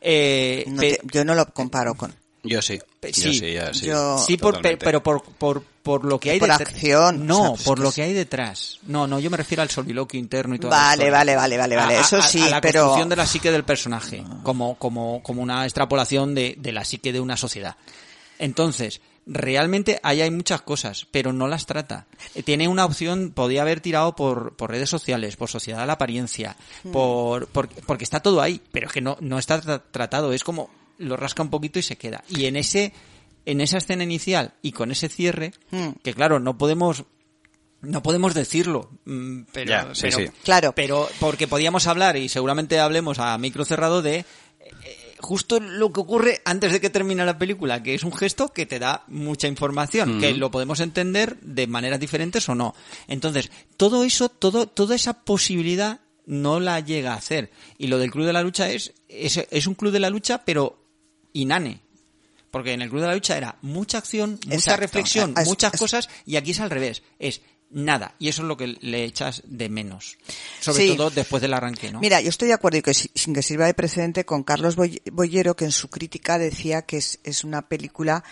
Eh, No pe- te- yo no lo comparo con. Yo sí. Pe- Yo sí, sí, ya sí. yo- Sí, por, pe- Totalmente. pero por, por, por lo que hay Por detrás. acción, No, o sea, pues por que lo es- que hay detrás. No, no, yo me refiero al soliloquio interno y todo Vale, vale, vale, vale, vale. Eso sí, a la pero- construcción de la psique del personaje, como, como, como una extrapolación de, de la psique de una sociedad. Entonces, realmente ahí hay muchas cosas, pero no las trata. Eh, Tiene una opción, podía haber tirado por, por redes sociales, por sociedad a la apariencia, Mm. por, por- porque está todo ahí, pero es que no, no está tra- tratado, es como lo rasca un poquito y se queda. Y en ese, en esa escena inicial y con ese cierre, Mm. que claro, no podemos, no podemos decirlo, mm, pero, Ya, sí, pero- sí. Claro. pero porque podíamos hablar y seguramente hablemos a micro cerrado de eh, justo lo que ocurre antes de que termine la película, que es un gesto que te da mucha información, que lo podemos entender de maneras diferentes o no. Entonces, todo eso, todo, toda esa posibilidad no la llega a hacer. Y lo del Club de la Lucha es, es, es un Club de la Lucha, pero inane. Porque en el Club de la Lucha era mucha acción, mucha Exacto. reflexión, Ah, es- muchas es- cosas, y aquí es al revés. Es nada. Y eso es lo que le echas de menos. Sobre Sí. todo después del arranque, ¿no? Mira, yo estoy de acuerdo y que si- sin que sirva de precedente con Carlos Boy- Boyero, que en su crítica decía que es, es una película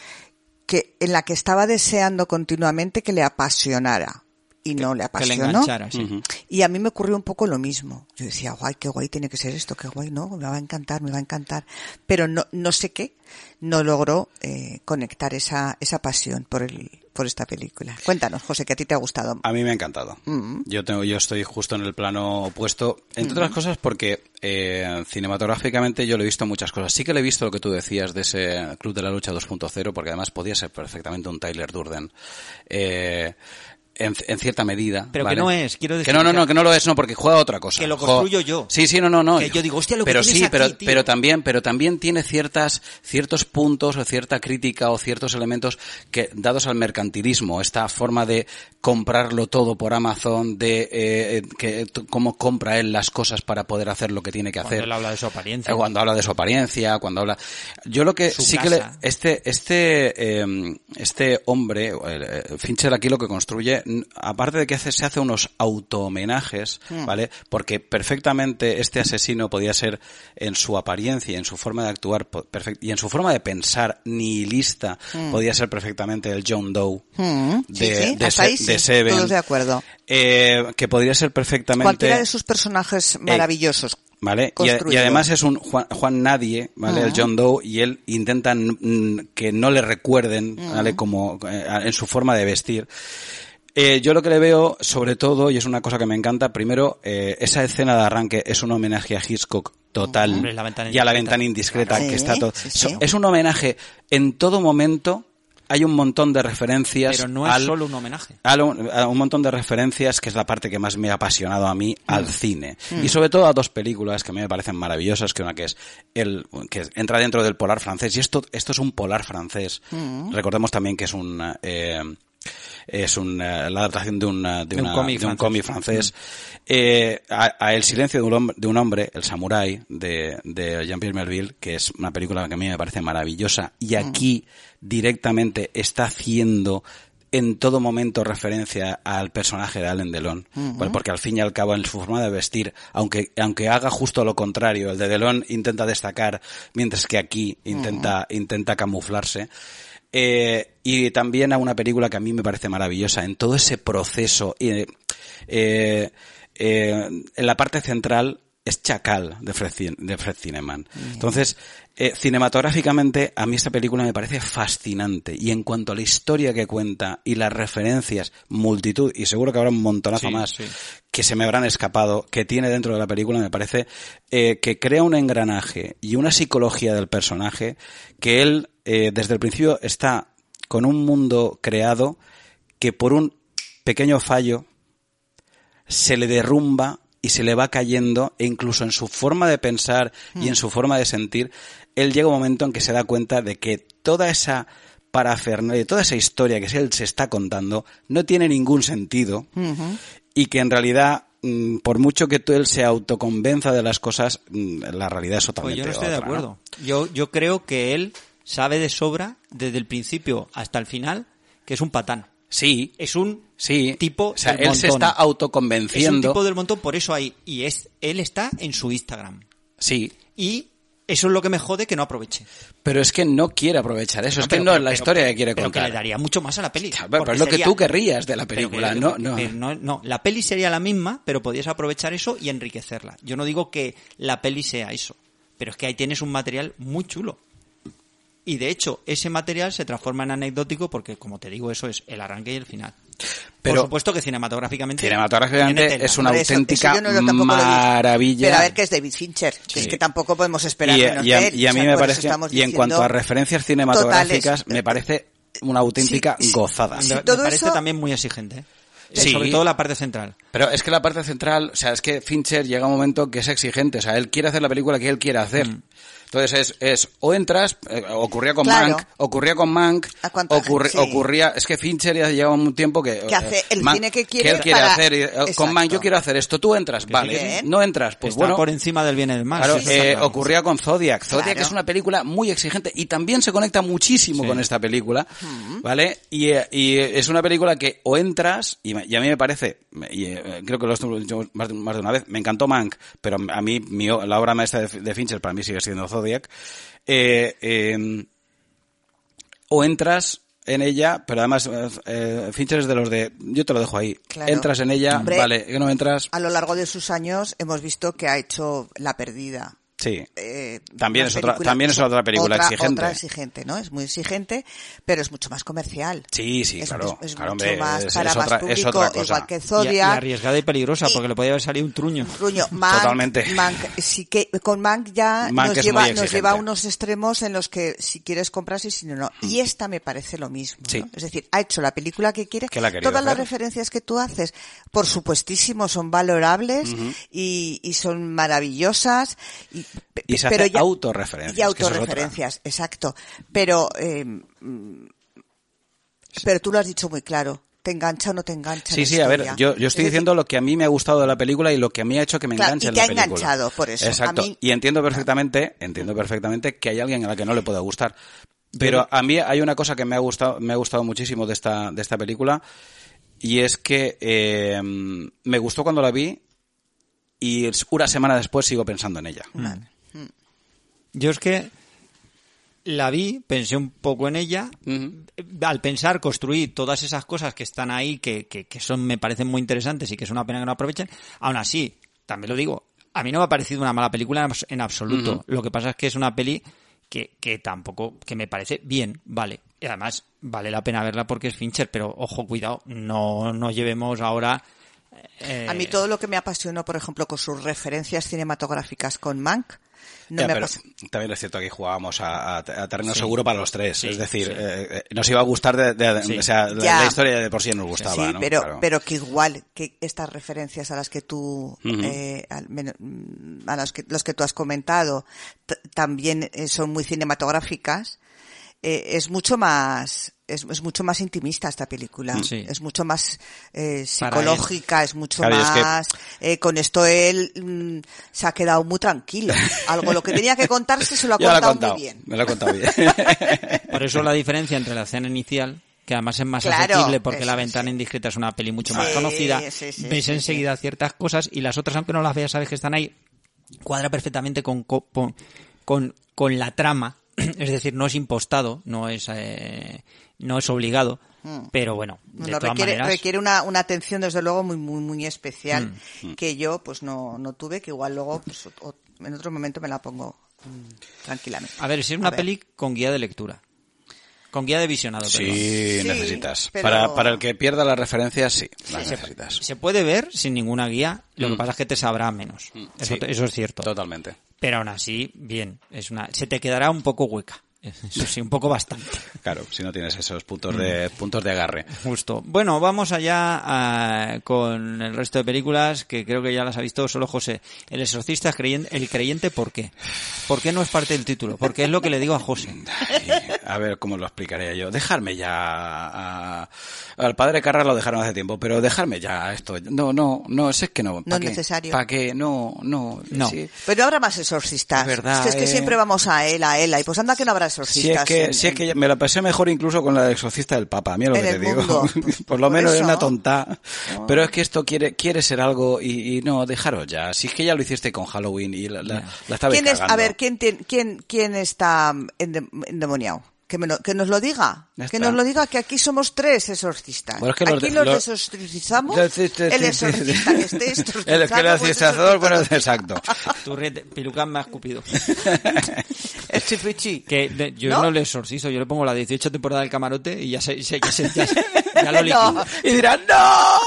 que en la que estaba deseando continuamente que le apasionara y no que le le apasionó. enganchara, sí. Y a mí me ocurrió un poco lo mismo. Yo decía, guay, qué guay tiene que ser esto, qué guay, no, me va a encantar, me va a encantar. Pero no, no sé qué, no logró eh, conectar esa, esa pasión por el, por esta película. Cuéntanos, José, que a ti te ha gustado. A mí me ha encantado. Mm. Yo tengo, yo estoy justo en el plano opuesto, entre otras cosas porque eh, cinematográficamente yo le he visto muchas cosas. Sí que le he visto lo que tú decías de ese Club de la Lucha 2.0, porque además podía ser perfectamente un Tyler Durden. Eh, en, en cierta medida. Pero que ¿vale? no es, quiero Que decir no, no, que- no, que no lo es, no, porque juega a otra cosa. Que lo Juega- construyo yo. Sí, sí, no, no, no. Que yo digo, hostia, lo que Pero tienes sí, aquí, pero, tío. pero también, pero también tiene ciertas, ciertos puntos o cierta crítica o ciertos elementos que, dados al mercantilismo, esta forma de comprarlo todo por Amazon, de, eh, eh, que, t- cómo compra él las cosas para poder hacer lo que tiene que hacer. Cuando él habla de su apariencia. Eh, Cuando habla de su apariencia, cuando habla. Yo lo que Su sí que le, casa. este este eh, este hombre o el, eh, Fincher aquí lo que construye, n- aparte de que hace, se hace unos auto homenajes, Mm. ¿vale? Porque perfectamente este asesino podía ser en su apariencia, y en su forma de actuar po- perfect- y en su forma de pensar nihilista, podía ser perfectamente el John Doe Mm, de, sí, sí, de hasta Se- ahí sí, de Seven, todos de acuerdo. eh, que podría ser perfectamente Cualquiera de sus personajes maravillosos. eh, ¿Vale? Y, a- construido. Ah. y además es un Juan, Juan Nadie, ¿vale? El John Doe, y él intenta n- n- que no le recuerden, Mm. ¿vale? Como eh, a- en su forma de vestir. Eh, yo lo que le veo, sobre todo, y es una cosa que me encanta, primero, eh, esa escena de arranque es un homenaje a Hitchcock total Hombre, la ventana y a la indiscreta. ventana indiscreta Sí, que está todo. sí, sí. So- Es un homenaje en todo momento. Hay un montón de referencias Pero no es al- solo un homenaje. Pues a, Ah, lo- a un montón de referencias, que es la parte que más me ha apasionado a mí al cine. Y sobre todo a dos películas que a mí me parecen maravillosas, que una que es el que entra dentro del polar francés. Y esto, esto es un polar francés. Recordemos también que es un eh, es un, eh, la adaptación de, una- de, De un una- cómic de un francés. Mm. cómic francés. Eh, a, a El silencio de un, hom- de un hombre, El samurái, de, de Jean-Pierre Melville, que es una película que a mí me parece maravillosa. Y Mm. aquí directamente está haciendo en todo momento referencia al personaje de Allen Delon, Mm-hmm. Pues porque al fin y al cabo en su forma de vestir, aunque aunque haga justo lo contrario, el de Delon intenta destacar, mientras que aquí Mm-hmm. intenta intenta camuflarse. Eh, y también a una película que a mí me parece maravillosa en todo ese proceso. eh, eh, eh, en la parte central es Chacal de Fred, Cin- de Fred Cineman. Entonces, eh, cinematográficamente a mí esta película me parece fascinante. Y en cuanto a la historia que cuenta y las referencias, multitud, y seguro que habrá un montonazo Sí, más, sí. que se me habrán escapado, que tiene dentro de la película, me parece, eh, que crea un engranaje y una psicología del personaje que él, eh, desde el principio, está con un mundo creado que por un pequeño fallo se le derrumba y se le va cayendo, e incluso en su forma de pensar y en su forma de sentir, él llega un momento en que se da cuenta de que toda esa parafernalia, toda esa historia que él se está contando, no tiene ningún sentido y que en realidad, mm, por mucho que tú él se autoconvenza de las cosas, mm, la realidad es Pues totalmente yo no estoy de otra, ¿no? acuerdo. Yo, yo creo que él sabe de sobra, desde el principio hasta el final, que es un patán. Sí, Es un sí. tipo o sea, del él se montón. está es un autoconvenciendo. tipo del montón, por eso ahí. Y es, él está en su Instagram. Sí, Y eso es lo que me jode que no aproveche. pero es que no quiere aprovechar eso, es que Pero- no es pero- la pero- historia que quiere pero contar. que le daría mucho más a la peli. Ya, bueno, pero porque es lo que sería- tú querrías de la Pero que- película, no, no. pero no, no, la peli sería la misma, pero podías aprovechar eso y enriquecerla. Yo no digo que la peli sea eso, pero es que ahí tienes un material muy chulo. Y de hecho, ese material se transforma en anecdótico porque, como te digo, eso es el arranque y el final. Por Pero- supuesto que cinematográficamente. Cinematográficamente tiene tela. es una Hombre, eso- auténtica eso yo no lo- tampoco lo vi. maravilla. Pero a ver, que es David Fincher. que Sí. es que tampoco podemos esperar y, menos y a, de él. y a O mí sea, me por eso parece, estamos y en diciendo cuanto a referencias cinematográficas, totales. me parece una auténtica Sí, sí. gozada. Sí. Me- todo me parece eso- también muy exigente. ¿eh? Sí. Sobre todo la parte central. Pero es que la parte central, o sea, es que Fincher llega un momento que es exigente, o sea, él quiere hacer la película que él quiere hacer. Mm. Entonces es, es o entras, eh, ocurría con Claro. Mank, ocurría con Mank, ¿A cuánta ocurri- gente? Sí. ocurría, es que Fincher ya lleva un tiempo que... Que hace el cine que quiere él quiere para- hacer, y, eh, con Exacto. Mank yo quiero hacer esto, tú entras, vale, sí. no entras, pues Está bueno, por encima del bien y del mal. Claro, sí, eso está eh, claro. ocurría con Zodiac. Zodiac Claro. es una película muy exigente y también se conecta muchísimo con esta película, ¿vale? Y, eh, y, eh, es una película que o entras, y, me- y a mí me parece, me- y, eh, creo que lo he dicho más de, más de una vez, me encantó Mank, pero a mí mi o- la obra maestra de, F- de Fincher para mí sigue siendo Zodiac. Eh, eh, o entras en ella, pero además eh, eh, Fincher es de los de, yo te lo dejo ahí, Claro. entras en ella, Hombre. vale, que no entras, A lo largo de sus años hemos visto que ha hecho La Perdida, Sí. eh, También las es otra- películas también es otra película exigente. otra exigente, ¿no? Es muy exigente, pero es mucho más comercial. Sí, sí, es claro, mucho- es claro, mucho hombre, más es- para es más otra- es público, otra cosa. igual que Y, a- y Zodiac. arriesgada y peligrosa, Y- porque le podía haber salido un truño. Ruño, Mank, Totalmente. Mank, sí que con Mank ya Mank nos, es lleva, muy nos exigente. Mm. lleva a unos extremos en los que si quieres compras y si no, no. Y esta me parece lo mismo. Sí. ¿no? Es decir, ha hecho la película que quiere. Que la ha querido Todas las hacer. referencias que tú haces, por supuestísimo, son valorables y, y son maravillosas. Y, pe- Y se pero hace ya- autorreferencias. Y que eso es otra. autorreferencias, exacto. Pero, eh, mm, pero tú lo has dicho muy claro. ¿Te engancha o no te engancha? Sí, la sí, a ver, historia? yo, yo estoy Es decir, diciendo lo que a mí me ha gustado de la película y lo que a mí ha hecho que me Claro, enganche y en te la ha película. enganchado, por eso. Exacto. A mí- Y entiendo perfectamente, entiendo perfectamente que hay alguien a la que no le pueda gustar. Pero a mí hay una cosa que me ha gustado, me ha gustado muchísimo de esta, de esta película y es que eh, me gustó cuando la vi y es- una semana después sigo pensando en ella. Mm. Mm. Yo es que la vi, pensé un poco en ella. Mm. Al pensar, construí todas esas cosas que están ahí, que, que, que son, me parecen muy interesantes y que es una pena que no aprovechen. Aún así, también lo digo, a mí no me ha parecido una mala película en abs- en absoluto. Lo que pasa es que es una peli que, que tampoco, que me parece bien, vale. Y además, vale la pena verla porque es Fincher, pero ojo, cuidado, no nos llevemos ahora... eh, A mí todo lo que me apasionó, por ejemplo, con sus referencias cinematográficas con Mank, no Ya, me pero apasio- también es cierto que jugábamos a, a- a terreno Sí. seguro para los tres. Sí, es decir, sí. eh, eh, nos iba a gustar de, de- Sí. o sea, la, Ya. la historia de por sí nos gustaba. Sí, ¿no? pero, Claro. pero que igual que estas referencias a las que tú, eh, al menos, mm, a las que, los que tú has comentado, t- también eh, son muy cinematográficas, eh, es mucho más, es, es mucho más intimista esta Mm, película. Sí. Es mucho más eh, Para él. psicológica, es mucho Claro, y es que- más. eh, con esto él mm, se ha quedado muy tranquilo. Algo lo que tenía que contarse se lo ha Ya lo he contado, contado. muy bien. Me lo he contado bien. Por eso la diferencia entre la escena inicial, que además es más Claro, asequible porque eso La ventana sí. indiscreta es una peli mucho más Sí, conocida, sí, sí, ves sí, enseguida ciertas cosas y las otras, aunque no las veas, sabes que están ahí, cuadra perfectamente con, co- con, con, con la trama. Es decir, no es impostado, no es, eh, no es obligado, pero bueno, de Bueno, todas Mm. requiere, maneras... requiere una, una atención, desde luego, muy, muy, muy especial, Mm, que yo, pues, no, no tuve, que igual luego, pues, o- o- en otro momento me la pongo mm, tranquilamente. A ver, si es una ver. peli con guía de lectura. Con guía de visionado, perdón. Sí, Sí, necesitas. pero- Para, para el que pierda las referencias, sí, las necesitas. Se puede ver sin ninguna guía, lo que pasa es que te sabrá menos. Eso, Mm. Sí. eso es cierto. Totalmente. Pero aún así, bien, es una, se te quedará un poco hueca. Eso sí, un poco bastante. Claro, si no tienes esos puntos Mm. de puntos de agarre. Justo. Bueno, vamos allá ah, con el resto de películas que creo que ya las ha visto solo José. El exorcista, es creyen- el creyente, ¿por qué? ¿Por qué no es parte del título? Porque es lo que le digo a José. Ay, a ver cómo lo explicaría yo. Dejarme ya a- al padre Carras lo dejaron hace tiempo, pero dejarme ya a esto. No, no, no, si es que no. No es necesario. ¿Para qué? No, no. No. sí. Pero habrá más exorcistas. Es verdad, es que, es que eh. siempre vamos a él, a él, y pues anda que no habrá exorcistas. Si es que, en- si es en- que ya- me la pasé mejor incluso con la del exorcista del Papa, mira lo En que te el digo. mundo. Por lo Por menos es eso. Ah. una tonta. Pero es que esto quiere, quiere ser algo y, y no, dejaros ya. Si es que ya lo hiciste con Halloween y la, la, la estabais ¿Quién es, cagando. a ver, ¿quién, tien- quién, quién está mm, endem- endemoniado? Que, me lo- que nos lo diga. Ya Que está. nos lo diga que aquí somos tres exorcistas. Bueno, es que los aquí de- los, los- exorcizamos. Los- el exorcista que esté exorcizado. El que lo pues, exorcizador, bueno, exacto. Tú, rete- Pilucán, me ha escupido. El chifuchi. Que de- yo ¿No? ¿No? le exorcizo, yo le pongo la 18 temporada del camarote y ya sé, sé- ya, sé- ya sé- ya lo liquido. No. Y dirán, ¡No!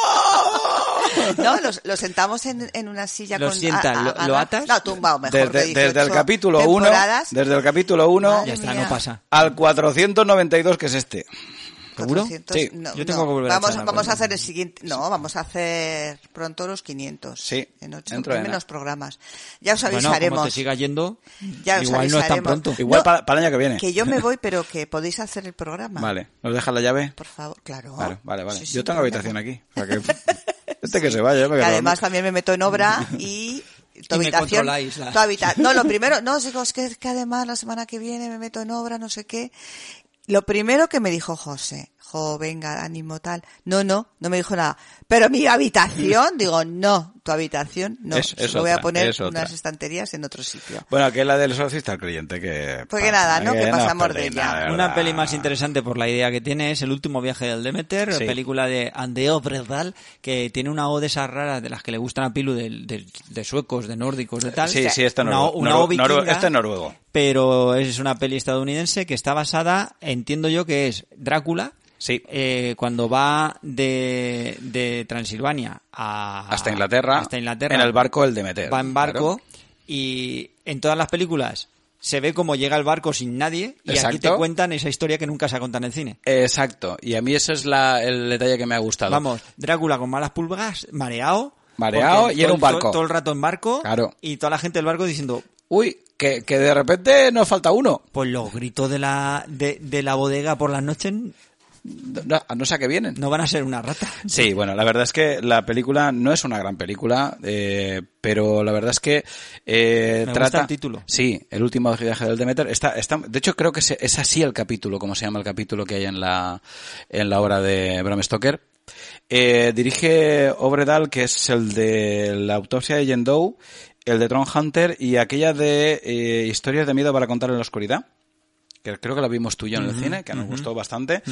No, los, los sentamos en, en una silla Los con... sientan, lo- lo a- atas. No, tumbado Desde, mejor. de 18 desde el capítulo 1, temporadas. desde el capítulo 1 Madre Ya está, mía. no pasa. al 492 que es este. ¿Seguro? 400, Sí. no, Yo tengo no. que volver a vamos, echar la Vamos a cuenta. hacer el siguiente... No, vamos a hacer pronto los 500. Sí, En, ocho, dentro de en menos nada. programas. Ya os Bueno, como te avisaremos. siga yendo, Ya os igual no es tan avisaremos. pronto. Igual No. para, para el año que viene. que yo me voy, pero que podéis hacer el programa. Vale, ¿nos dejas la llave? Por favor, claro. Vale, vale, vale. Oh, Sí, sí, yo tengo problema. habitación aquí. o sea que- este que se vaya, yo me Que quedo además dormido. también me meto en obra y tu Y me habitación. controláis la- tu habita- no, lo primero, no, digo, es que, es que además la semana que viene me meto en obra, no sé qué. Lo primero que me dijo José, jo, venga, ánimo, tal. No, no, no me dijo nada. Pero mi habitación, digo, no, tu habitación, no. Es- es Lo voy a otra, poner es otra. unas estanterías en otro sitio. Bueno, que es la del sociista al cliente, que... Pues que nada, ¿no? Que nos pasamos perdéis de ella. nada, Una verdad. peli más interesante por la idea que tiene es El último viaje del Demeter, Sí. película de Andeo Bredal, que tiene una O de esas raras de las que le gustan a Pilu, del- del- de, suecos, de nórdicos, de tal. Sí, sí, este es Una O- noruego. una Noru- O vikinga, noruego- este es noruego. Pero es una peli estadounidense que está basada, entiendo yo que es Drácula. Sí. eh, cuando va de, de Transilvania a... Hasta Inglaterra. Ah, Hasta Inglaterra. En el barco el Demeter. Va en barco claro. y en todas las películas se ve cómo llega el barco sin nadie y aquí Exacto. te cuentan esa historia que nunca se ha contado en el cine. Exacto. Y a mí eso es la- el detalle que me ha gustado. Vamos, Drácula con malas pulgas, mareado. Mareado porque y era todo- un barco. Todo, todo el rato en barco. Claro. Y toda la gente del barco diciendo, Uy, que, que de repente nos falta uno. pues los gritos de la, de, de la bodega por las noches No, no sé a qué vienen. no van a ser una rata. Sí, bueno, la verdad es que la película no es una gran película, eh, pero la verdad es que eh, Me gusta trata. el título. Sí, el último viaje del Demeter. Está, está, de hecho, creo que se- es así el capítulo, como se llama el capítulo que hay en la en la obra de Bram Stoker. Eh, dirige Obredal, que es el de la autopsia de Jendou, el de Tron Hunter y aquella de eh, historias de miedo para contar en la oscuridad que creo que la vimos tú y yo en el cine, que nos gustó bastante.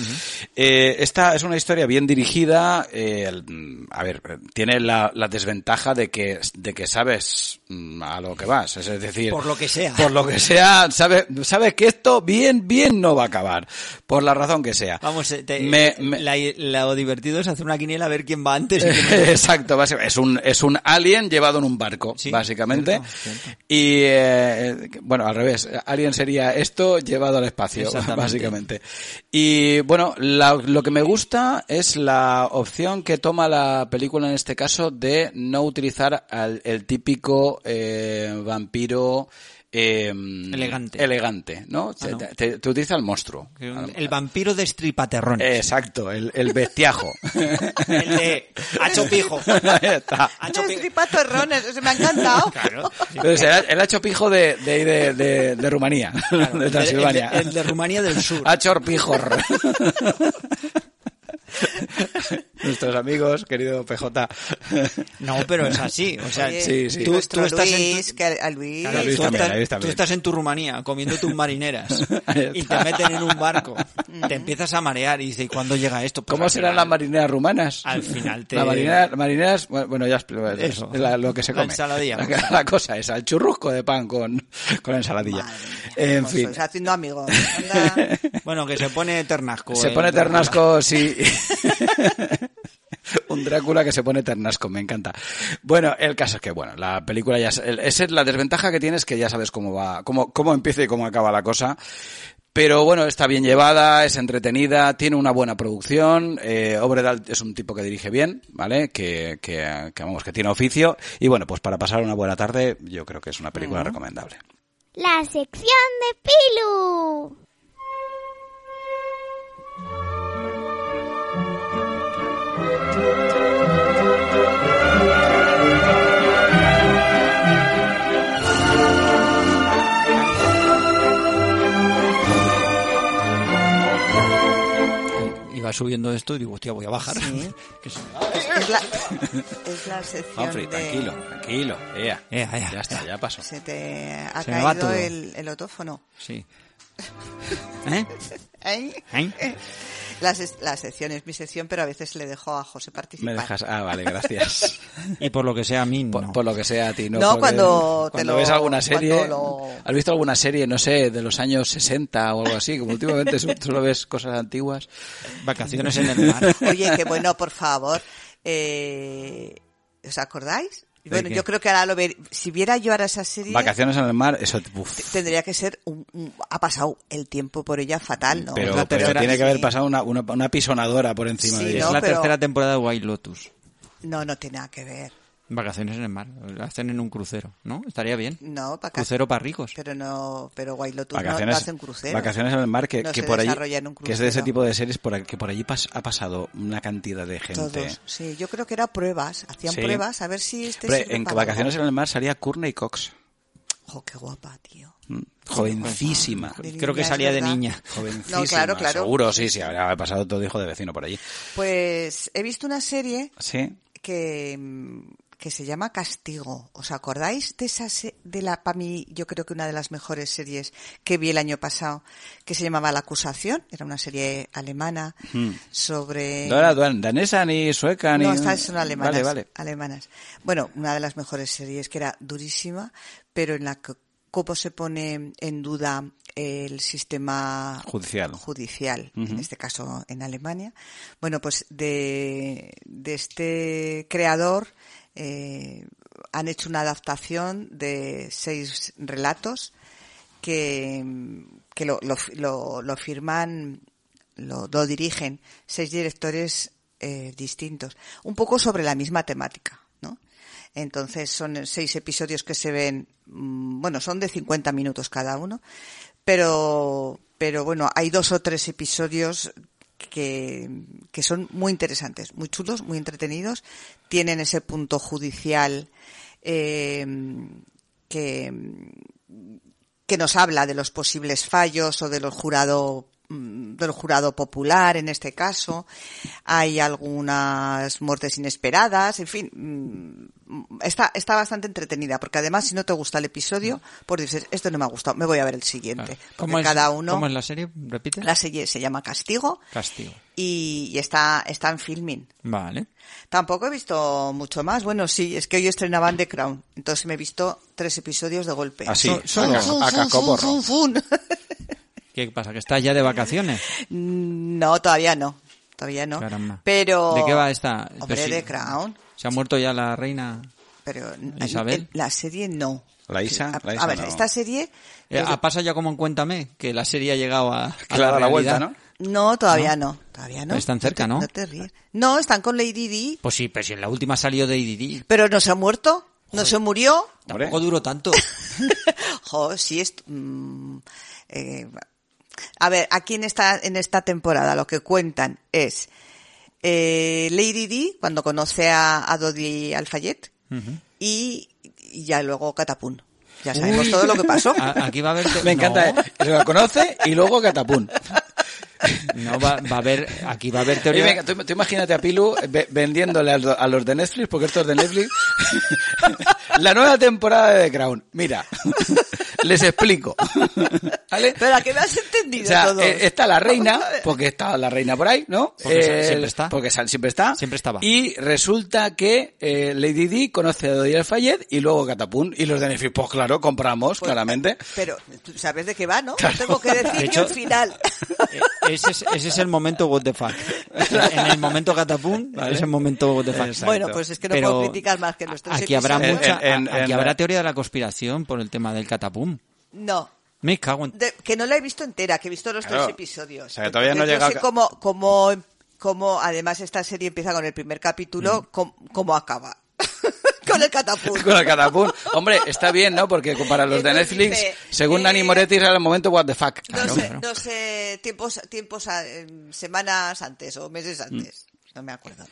Eh, esta es una historia bien dirigida. eh, el- mm, a ver, eh, tiene la, la desventaja de que, de que sabes mm, a lo que vas. Es decir, Por lo que sea. Por lo que sea, sabes, sabes que esto bien, bien no va a acabar. Por la razón que sea. Vamos, eh, te- Me- me- la- lo divertido es hacer una quiniela a ver quién va antes. y quién va Exacto, básicamente. es un, es un alien llevado en un barco, Sí, básicamente. cierto, cierto. Y eh, bueno, al revés, alien sería esto llevado al espacio, Exactamente. básicamente. Y bueno, la- lo que me gusta es la opción que toma la película en este caso de no utilizar al, el típico eh, vampiro. eh, Elegante. Elegante, ¿no? Ah, no. Te, te- te utiliza el monstruo. Ah, Que un- El vampiro de estripaterrones. Exacto, el, el bestiajo. El de Ah, hacho pijo. Ahí está. Hacho No, pijo. estripato errones, eso me ha encantado. Pero será el hachopijo de, de, de, de, de Rumanía, Claro, de el de- Transilvania. Ah. El de, el de Rumanía del Sur. Achorpijor. Nuestros amigos, querido PJ. No, pero es así. O sea, Oye, Sí, sí. Tú, Eh, nuestro tú estás en Luis, tu- que a Luis, Claro, tú Luis también, estás- Luis también. tú estás en tu Rumanía comiendo tus marineras Ahí y te está. meten en un barco, Mm. te empiezas a marear y dices, ¿y cuándo llega esto? Pues ¿Cómo al serán las final- marineras rumanas? al final te- Las marineras, las marineras, bueno, ya explico, es Eso. la- lo que se La come. ensaladilla. La, la cosa esa, el churrusco de pan con, con ensaladilla. Madre mía, en os Pues fin. sois haciendo amigos. Anda. Bueno, que se pone ternasco. Se eh, pone Drácula. ternasco, sí. Un Drácula que se pone ternasco, me encanta. Bueno, el caso es que, bueno, la película ya... s- el- Esa es la desventaja que tienes, que ya sabes cómo va, cómo, cómo empieza y cómo acaba la cosa. Pero bueno, está bien llevada, es entretenida, tiene una buena producción, eh, Obredal es un tipo que dirige bien, ¿vale? Que, que, que, vamos, que tiene oficio. Y bueno, pues para pasar una buena tarde, yo creo que es una película recomendable. La sección de Pilu. Iba subiendo esto y digo, hostia, voy a bajar. Que se- Es la, es la sección Humphrey, de- tranquilo, tranquilo, ea. Ea, ea, ya está, ea. ya pasó. Se te ha Se me va caído todo. el, el otófono. Sí. ¿Eh? ¿Eh? ¿Eh? La, ses- la sección es mi sección, pero a veces le dejo a José participar. Me dejas. Ah, vale, gracias. Y por lo que sea a mí, no. Por, por lo que sea a ti, ¿no? No, Porque cuando te cuando lo- ves alguna cuando serie. lo- ¿Has visto alguna serie, no sé, de los años 60 o algo así? Como últimamente su- solo ves cosas antiguas. Vacaciones en el mar. Oye, que bueno, por favor. Eh, ¿Os acordáis? Bueno, qué? yo creo que ahora lo ver. Si viera yo ahora esa serie, Vacaciones en el mar, eso. uf. te- tendría que ser. un- un- ha pasado el tiempo por ella fatal, ¿no? pero la pero tercera- tiene que haber Sí. pasado una, una, una pisonadora por encima Sí, de es ella. ¿no? la pero- tercera temporada de White Lotus. No, no tiene nada que ver. Vacaciones en el mar. La hacen en un crucero, ¿no? Estaría bien. No, vaca- Crucero para ricos. Pero no, pero White Lotus no- no, pues. Vacaciones, hace un crucero. vacaciones en el mar que, No que se por allí desarrolla en un que es de ese crucero. tipo de series por, aquí- que por allí pas- ha pasado una cantidad de gente Todos. Sí, yo creo que era pruebas. Hacían Sí. pruebas a ver si este Hombre, sirve en para vacaciones algo. en el mar salía Courtney Cox ¿Mm? Jo, qué guapa, tío. pues, Jovencísima. Creo que es salía de verdad. niña. Jovencísima. No, claro, claro. Seguro, sí, sí, habrá pasado todo hijo de vecino por allí. Pues he visto una serie Sí. que, mm, que se llama Castigo. ¿Os acordáis de esa se- de la para mí yo creo que una de las mejores series que vi el año pasado que se llamaba La acusación, era una serie alemana sobre Mm. No era dan- danesa ni sueca ni. Eh, No, estas son alemanas. Vale, vale. Alemanas. Bueno, una de las mejores series que era durísima, pero en la que cómo se pone en duda el sistema Judicial. judicial, en este caso en Alemania. Bueno, pues de, de este creador eh, han hecho una adaptación de seis relatos que, que lo, lo, lo- lo firman, lo, lo dirigen seis directores eh, distintos, un poco sobre la misma temática, ¿no? Entonces son seis episodios que se ven, mm, bueno, son de 50 minutos cada uno, pero, pero bueno, hay dos o tres episodios que, que son muy interesantes, muy chulos, muy entretenidos, tienen ese punto judicial eh, que, que nos habla de los posibles fallos o de los jurado mm, del jurado popular en este caso hay algunas muertes inesperadas en fin mm, está está bastante entretenida porque además si no te gusta el episodio pues dices esto no me ha gustado me voy a ver el siguiente ¿Cómo porque es, cada uno ¿Cómo es la serie? ¿Repite? la serie se llama Castigo Castigo. y, y está está en filming Vale. Tampoco he visto mucho más. Bueno, sí, es que hoy estrenaban The Crown. Entonces me he visto tres episodios de golpe. Ah, Así, Son- a ca- son fun, a fun, cascoporro. fun, fun, fun. ¿Qué pasa? ¿Que estás ya de vacaciones? No, todavía no. Todavía no. Caramba. Pero... ¿De qué va esta? Hombre, Pero sí- The Crown. ¿Se ha muerto ya la reina? Pero n- ¿Isabel? la serie no. La Isa, A, la a Isa ver, no. esta serie... Eh, ha pasado ya como en Cuéntame, que la serie ha llegado a, a Claro, la vuelta, realidad. ¿no? No, todavía no. Todavía no. Pero están cerca, te- ¿no? No te ríes. No, están con Lady Di. Pues sí, pero si en la última salió de IDD. Pero no se ha muerto. No se murió. Hombre. Tampoco duró tanto. Jo, sí es. mm, eh, a ver, aquí en esta, en esta temporada lo que cuentan es eh, Lady Di, cuando conoce a, a Dodi Alfayet, y, y ya luego Catapún. Ya sabemos todo lo que pasó. A- aquí va a haber... que- Me encanta. No, eh. Se lo conoce y luego catapum. no, va, va a haber... Aquí va a haber Oye, teoría... venga, tú, tú imagínate a Pilu ve- vendiéndole a lo- a los de Netflix, porque estos de Netflix, la nueva temporada de The Crown. Mira, les explico. ¿Vale? Pero a qué me has O entendido sea, todo. Pues, eh, está la reina, pues, porque está la reina por ahí, ¿no? Porque Eh, sa- siempre está. Porque sa- siempre está. Siempre estaba. Y resulta que eh, Lady Di conoce a Dodi Alfayet y luego Catapún. Y los de Netflix, pues claro, compramos, Pues, claramente. Pero tú sabes de qué va, ¿no? Tengo que decir De yo hecho- el final. Eh, Ese es, ese es el momento what the fuck. En el momento catapum es el momento what the fuck. Exacto. Bueno, pues es que no Pero puedo criticar más que Eh, los tres Aquí habrá episodios. mucha, En- en- aquí en- habrá teoría de la conspiración por el tema del catapum. No, Me cago en... De- que no la he visto entera, que he visto los Claro. tres episodios. O sea, que todavía no ha Entonces, llegado Yo sé a- cómo, cómo, cómo, además, esta serie empieza con el primer capítulo, cómo, cómo acaba. con el catapulto. Mm. Con el Catapún. Hombre, está bien, ¿no? Porque para los de Entonces Netflix, dice, según eh, Nani Moretti, era el momento what the fuck. No Claro. sé, claro. no sé, tiempos, tiempos, a- eh, semanas antes o meses antes, no me acuerdo.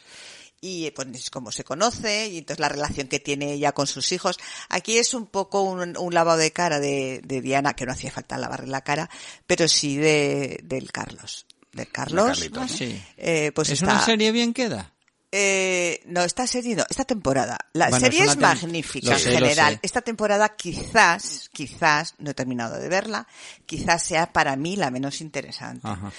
Y eh, pues es como se conoce y entonces la relación que tiene ella con sus hijos. Aquí es un poco un, un lavado de cara de, de Diana, que no hacía falta lavarle la cara, pero sí de, del Carlos. Del Carlos. Carlitos, Ah, ¿no? sí. Eh, pues ¿Es está- una serie bien queda? eh, no, esta serie no, esta temporada. La Bueno, serie es es, una tem- magnífica lo en sé, lo sé. general. Esta temporada quizás, quizás, no he terminado de verla, quizás sea para mí la menos interesante. Ajá.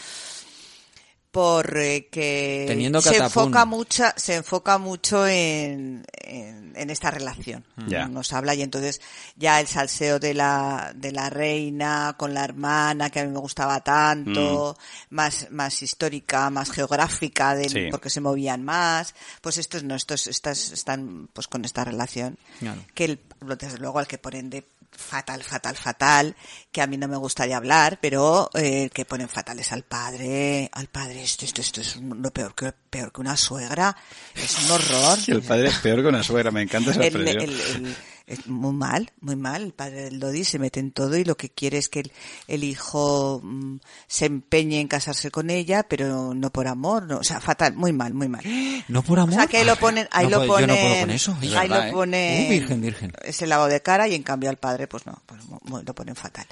Porque Teniendo se Catapún. enfoca, mucho, se enfoca mucho en, en, en esta relación. Mm. Ya. Nos habla y entonces ya el salseo de la, de la reina con la hermana que a mí me gustaba tanto, más, más histórica, más geográfica, de, Mm. Sí. porque se movían más. Pues estos no, estos estas, están pues con esta relación. Claro. Que el, desde luego al que ponen de fatal, fatal, fatal, que a mí no me gustaría hablar, pero eh, que ponen fatales al padre, al padre, esto, esto, esto es un- lo peor que, peor que una suegra, es un horror. El padre es peor que una suegra, me encanta esa El, expresión. el- el- Es muy mal, muy mal. El padre del Dodi se mete en todo y lo que quiere es que el, el hijo mm, se empeñe en casarse con ella, pero no por amor. No, o sea, fatal, muy mal, muy mal. No por amor. O sea, que ahí Ah, lo ponen, ahí No lo puedo- yo ponen, no puedo con eso, ahí es verdad, ¿eh? lo ponen, Uh, virgen, virgen. Ese lavado de cara y en cambio al padre, pues no, pues mu- mu- lo ponen fatal.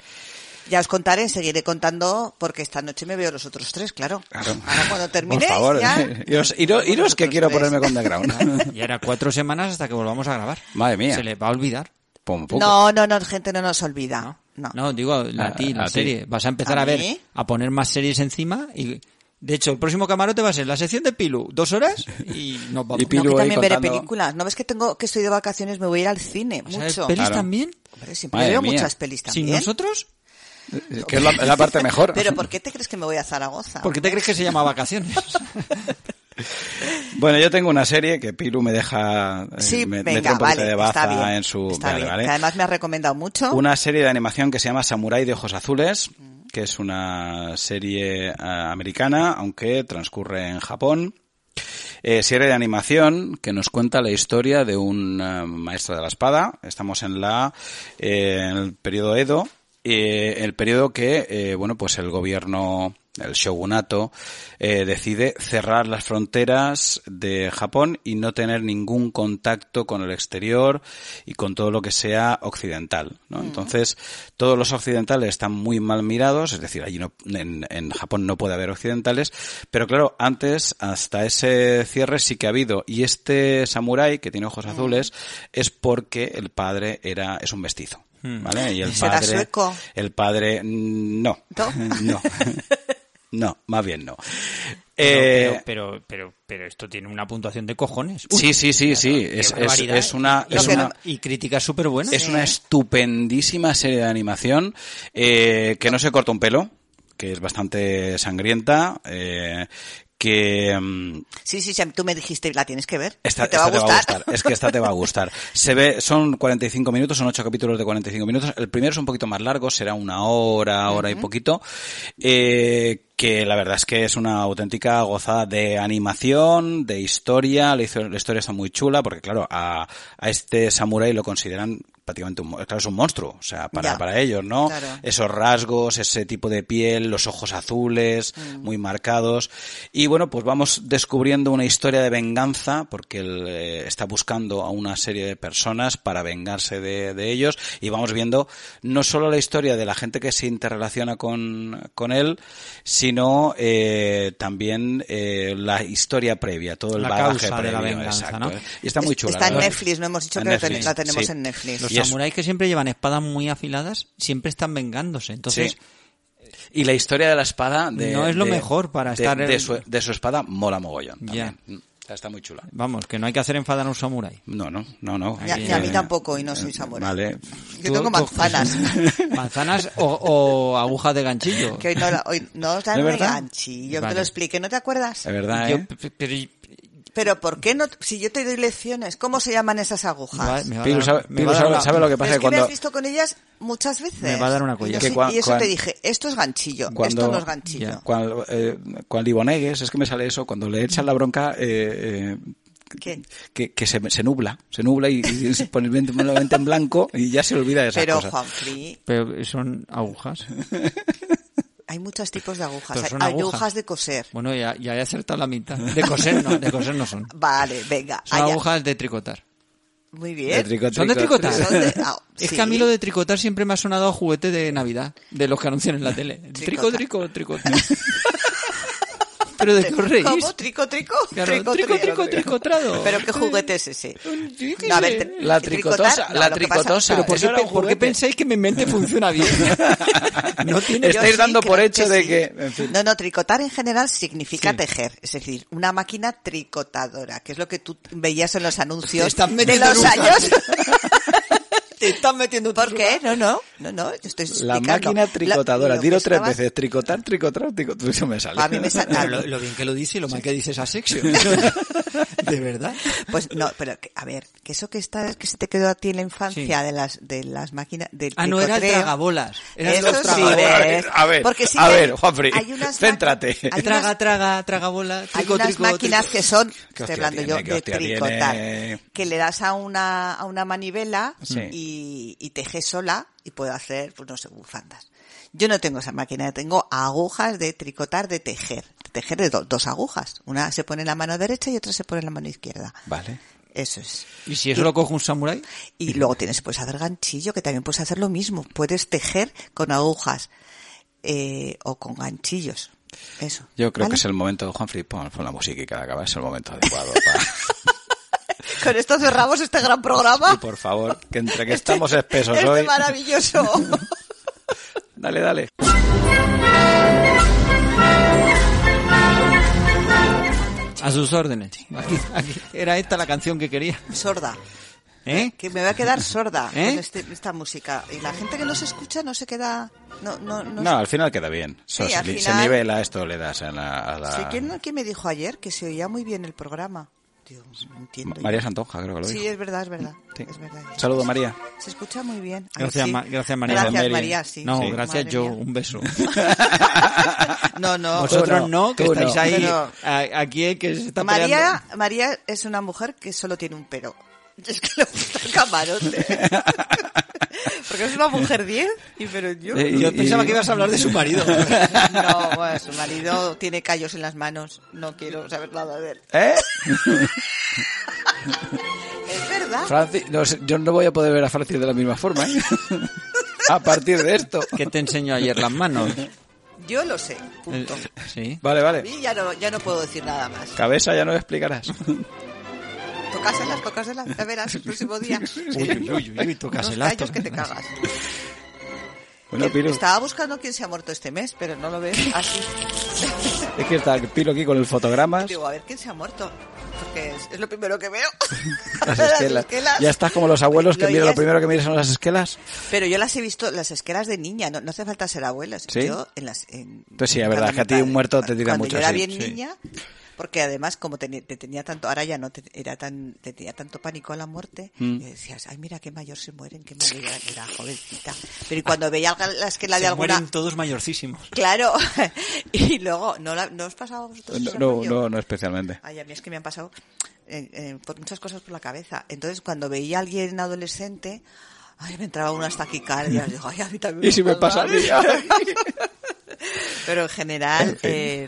Ya os contaré, seguiré contando porque esta noche me veo los otros tres, claro. Claro. Ahora cuando termine. Por favor, ya, iros, iros- Con iros que vosotros quiero tres. ponerme con The Ground. Y ahora cuatro semanas hasta que volvamos a grabar. Madre mía. Se les va a olvidar. Pum, pum. No, no, no, gente, no nos olvida. No. No, digo a ti, A- a la ti. serie. Vas a empezar ¿A a, ver, mí? a poner más series encima y... De hecho, el próximo camarote va a ser la sección de Pilu, dos horas y nos vamos. Y Pilu no, que ahí también veré contando- películas. No ves que tengo que estoy de vacaciones, me voy a ir al cine O sea, mucho. ¿Pelis Claro. también? Hombre, siempre Madre veo mía. muchas pelis también. ¿Sin nosotros? Que es la, es la parte mejor. Pero ¿por qué te crees que me voy a Zaragoza? ¿Por qué te crees que se llama Vacaciones? Bueno, yo tengo una serie que Pilu me deja eh, Sí, me, me venga, trae un poquito vale, de baza está bien, en su está vale, bien. vale. Que además me ha recomendado mucho. Una serie de animación que se llama Samurai de ojos azules, que es una serie eh, americana, aunque transcurre en Japón. Eh, serie de animación que nos cuenta la historia de un eh, maestro de la espada. Estamos en la eh, en el periodo Edo, eh, el periodo que eh, bueno pues el gobierno el shogunato eh, decide cerrar las fronteras de Japón y no tener ningún contacto con el exterior y con todo lo que sea occidental. Mm. ¿no? Entonces, todos los occidentales están muy mal mirados, es decir, allí no, en, en Japón no puede haber occidentales, pero claro, antes, hasta ese cierre sí que ha habido. Y este samurái que tiene ojos Mm. azules es porque el padre era, es un mestizo. Mm. ¿Vale? Y el ¿Será padre, sueco? El padre, mm, no. ¿No? No. No, más bien no. Eh, Pero, pero, pero, pero esto tiene una puntuación de cojones. sí, sí, sí, sí. Qué Es, es- barbaridad. ¿eh? es una, Y, es que una- no- y ¿eh? crítica súper buena. es una estupendísima serie de animación eh, que no se corta un pelo, que es bastante sangrienta, eh, que mm, Sí, sí, sí, tú me dijiste, la tienes que ver. esta, que te, va esta a gustar. Es que esta te va a gustar. Se ve, son 45 minutos, son 8 capítulos de 45 minutos. El primero es un poquito más largo, será una hora, hora y poquito. Eh, que la verdad es que es una auténtica gozada de animación, de historia. La, hizo- la historia está muy chula porque, claro, a, a este samurái lo consideran prácticamente un, mo- claro, es un monstruo, o sea, para, Ya. para ellos, ¿no? Claro. esos rasgos, ese tipo de piel, los ojos azules, Mm. muy marcados. Y bueno, pues vamos descubriendo una historia de venganza, porque él eh, está buscando a una serie de personas para vengarse de, de ellos. Y vamos viendo no solo la historia de la gente que se interrelaciona con, con él, sino eh, también eh, la historia previa, todo el La bagaje causa de la previo, venganza, exacto, ¿no? eh. Y está muy chula. Está la en verdad. Netflix, no hemos dicho En que la ten- Netflix, la tenemos sí. en Netflix. Los Y es- samuráis que siempre llevan espadas muy afiladas siempre están vengándose. Entonces, Sí. Y la historia de la espada de- No es lo de- mejor para de- estar de, en- su, de su espada mola mogollón. Ya. también. Mm, Está muy chula. vamos, que no hay que hacer enfadar a un samurái. No, no, no, no. Ya- Eh, ya a mí tampoco, y no soy eh, samurái. Vale. Yo Tú- tengo tú- manzanas. Manzanas o, o agujas de ganchillo. que hoy no, la- hoy no os dan ¿De verdad? ganchillo, Vale. te lo expliqué, ¿no te acuerdas? Es verdad, Yo- ¿eh? pe- pero- Pero ¿por qué no? Si yo te doy lecciones, ¿cómo se llaman esas agujas? va- me va a Pilu dar- sabe, me Pilu va a dar sabe- una- sabe lo que Pero pasa es que me cuando, has visto con ellas muchas veces. Me va a dar una cuella. cuella. Y, yo Que sí- cuan- y eso cuan- te dije, esto es ganchillo, cuando- esto no es ganchillo. Ya. cuando, eh, cuando Libonegues, es que me sale eso, cuando le echan la bronca, eh, eh, ¿Qué? que, que se, se nubla, se nubla y, y se pone la mente en blanco y ya se olvida de esas Pero, cosas. Juanfri, pero son agujas. hay muchos tipos de agujas. Pero Hay son hay agujas. agujas de coser. Bueno, ya, ya he acertado la mitad. De coser no, de coser no son. Vale, venga. Son allá. agujas de tricotar. De Muy bien. tricot, ¿Son de tricot. tricotar? Son de- ah, Es sí. que a mí lo de tricotar siempre me ha sonado a juguete de Navidad, de los que anuncian en la tele. Trico, Tricotar. trico, trico. ¿Pero de qué os reís? ¿Cómo? ¿Trico, trico? Claro, trico, trico, tricotrado. ¿pero qué juguete es ese? Sí, No, a ver, sí. tri- La tricotar, tricotosa, no, la lo que pasa- tricotosa. Pero ¿por Eso qué, era pe- un por qué juguete. pensáis que mi mente funciona bien? No tiene... Estáis Yo sí dando por creo hecho de que- en fin. No, no, tricotar en general significa Sí. tejer. Es decir, una máquina tricotadora, que es lo que tú veías en los anuncios Te están de metiendo los en un años. Te estás metiendo ¿Por qué? No, no, no, no, yo estoy La explicando. máquina La- tricotadora. lo que Tiro tres estabas- veces. Tricotar, tricotar, tricotar. Eso me sale. A mí me sale- Ah, lo, lo bien que lo dice y lo mal que dice esa sección. De verdad. Pues no, pero que- a ver, que eso que está, que se te quedó a ti en la infancia de las de las máquinas del Ah, no, era el tricoteo. tragabolas. Eran Eso los sí, tragabolas. ¿ves? A ver, Porque sí a que hay- ver, Juanfri, hay unas máqui- céntrate. hay unas- Traga, traga, tragabola, Hay trico, unas trico, máquinas trico. que son, ¿Qué estoy hostia hablando tiene? yo, ¿Qué de hostia tricotar, tiene? que le das a una, a una manivela Sí. y, y tejes sola y puedo hacer, pues no sé, bufandas. Yo no tengo esa máquina, tengo agujas de tricotar, de tejer, de tejer de do- dos agujas. Una se pone en la mano derecha y otra se pone en la mano izquierda. Vale. Eso es. ¿Y si eso lo coge un samurái? Y luego tienes, puedes hacer ganchillo, que también puedes hacer lo mismo. Puedes tejer con agujas eh, o con ganchillos. Eso. Yo creo ¿vale? que es el momento, Juanfri, pon, pon la música y que acaba. Es el momento adecuado. para- Con esto cerramos este gran programa. Y por favor, que entre que pues, estamos espesos este hoy. maravilloso. Dale, dale. A sus órdenes. Aquí, aquí. Era esta la canción que quería. sorda. ¿Eh? Que me voy a quedar sorda ¿Eh? con este- esta música. Y la gente que nos escucha no se queda... No, no, no. No, al final queda bien. Eso Sí, se, al li- se final- nivela esto, le das a la... a la- Sí, ¿quién, quién me dijo ayer que se oía muy bien el programa? Digo, no Ma- entiendo. yo. María Santonja, creo que lo Sí, dijo. es verdad, es verdad. Sí. Es verdad. Saludo, María. Se escucha muy bien. Ay, Gracias, sí. Ma- gracias, María. Gracias, Mary. María, sí. No, Sí. gracias Madre yo. mía. Un beso. No, no. Vosotros no, que tú estáis no. ahí. No, no. a- aquí el que se está María, peleando. María es una mujer que solo tiene un pero. Y Es que le gusta el camarote. Porque es una mujer 10 y pero yo... Eh, Yo Y- pensaba y- que ibas a hablar de su marido. No, bueno, su marido tiene callos en las manos. No quiero saber nada de él. ¿Eh? Es verdad. Francis, no sé, yo no voy a poder ver a Francis de la misma forma, ¿eh? A partir de esto. que te enseñó ayer las manos. Yo lo sé. Punto. Eh, Sí. Vale, vale. Y ya no, ya no puedo decir nada más. Cabeza ya no me explicarás. Tocáselas, tocáselas. Ya verás el próximo día. Uy, uy, uy, uy, Unos tocáselas, callos que te tocáselas. cagas. Bueno, Que Piru, Estaba buscando quién se ha muerto este mes, pero no lo ves así. es que está Piru aquí con el fotogramas. Digo, a ver quién se ha muerto. Porque es, es lo primero que veo. Las esquelas. Ya estás como los abuelos que Lo miran ya lo es- primero que miran son las esquelas. Pero yo las he visto, las esquelas de niña, no, no hace falta ser abuelas. ¿Sí? Yo en las. En, Pues sí, la verdad, que a ti un muerto te tira cuando mucho, Yo era sí, bien sí. niña, porque además, como te, te tenía tanto. Ahora ya no te, era tan, te tenía tanto pánico a la muerte, Mm. y decías, ay, mira qué mayor se mueren, qué mayor era, era jovencita. Pero y cuando Ah. veía la esquela de Se alguna. mueren todos mayorcísimos. Claro. y luego, ¿no, la- ¿no os pasaba a vosotros? No, ese no, rollo? no, no especialmente. Ay, a mí es que me han pasado eh, eh, por muchas cosas por la cabeza. Entonces, cuando veía a alguien adolescente, ay, me entraba unas taquicardias. Digo, ay, a mí también Mm. ¿Y si me pasa a mí? Pero en general, eh,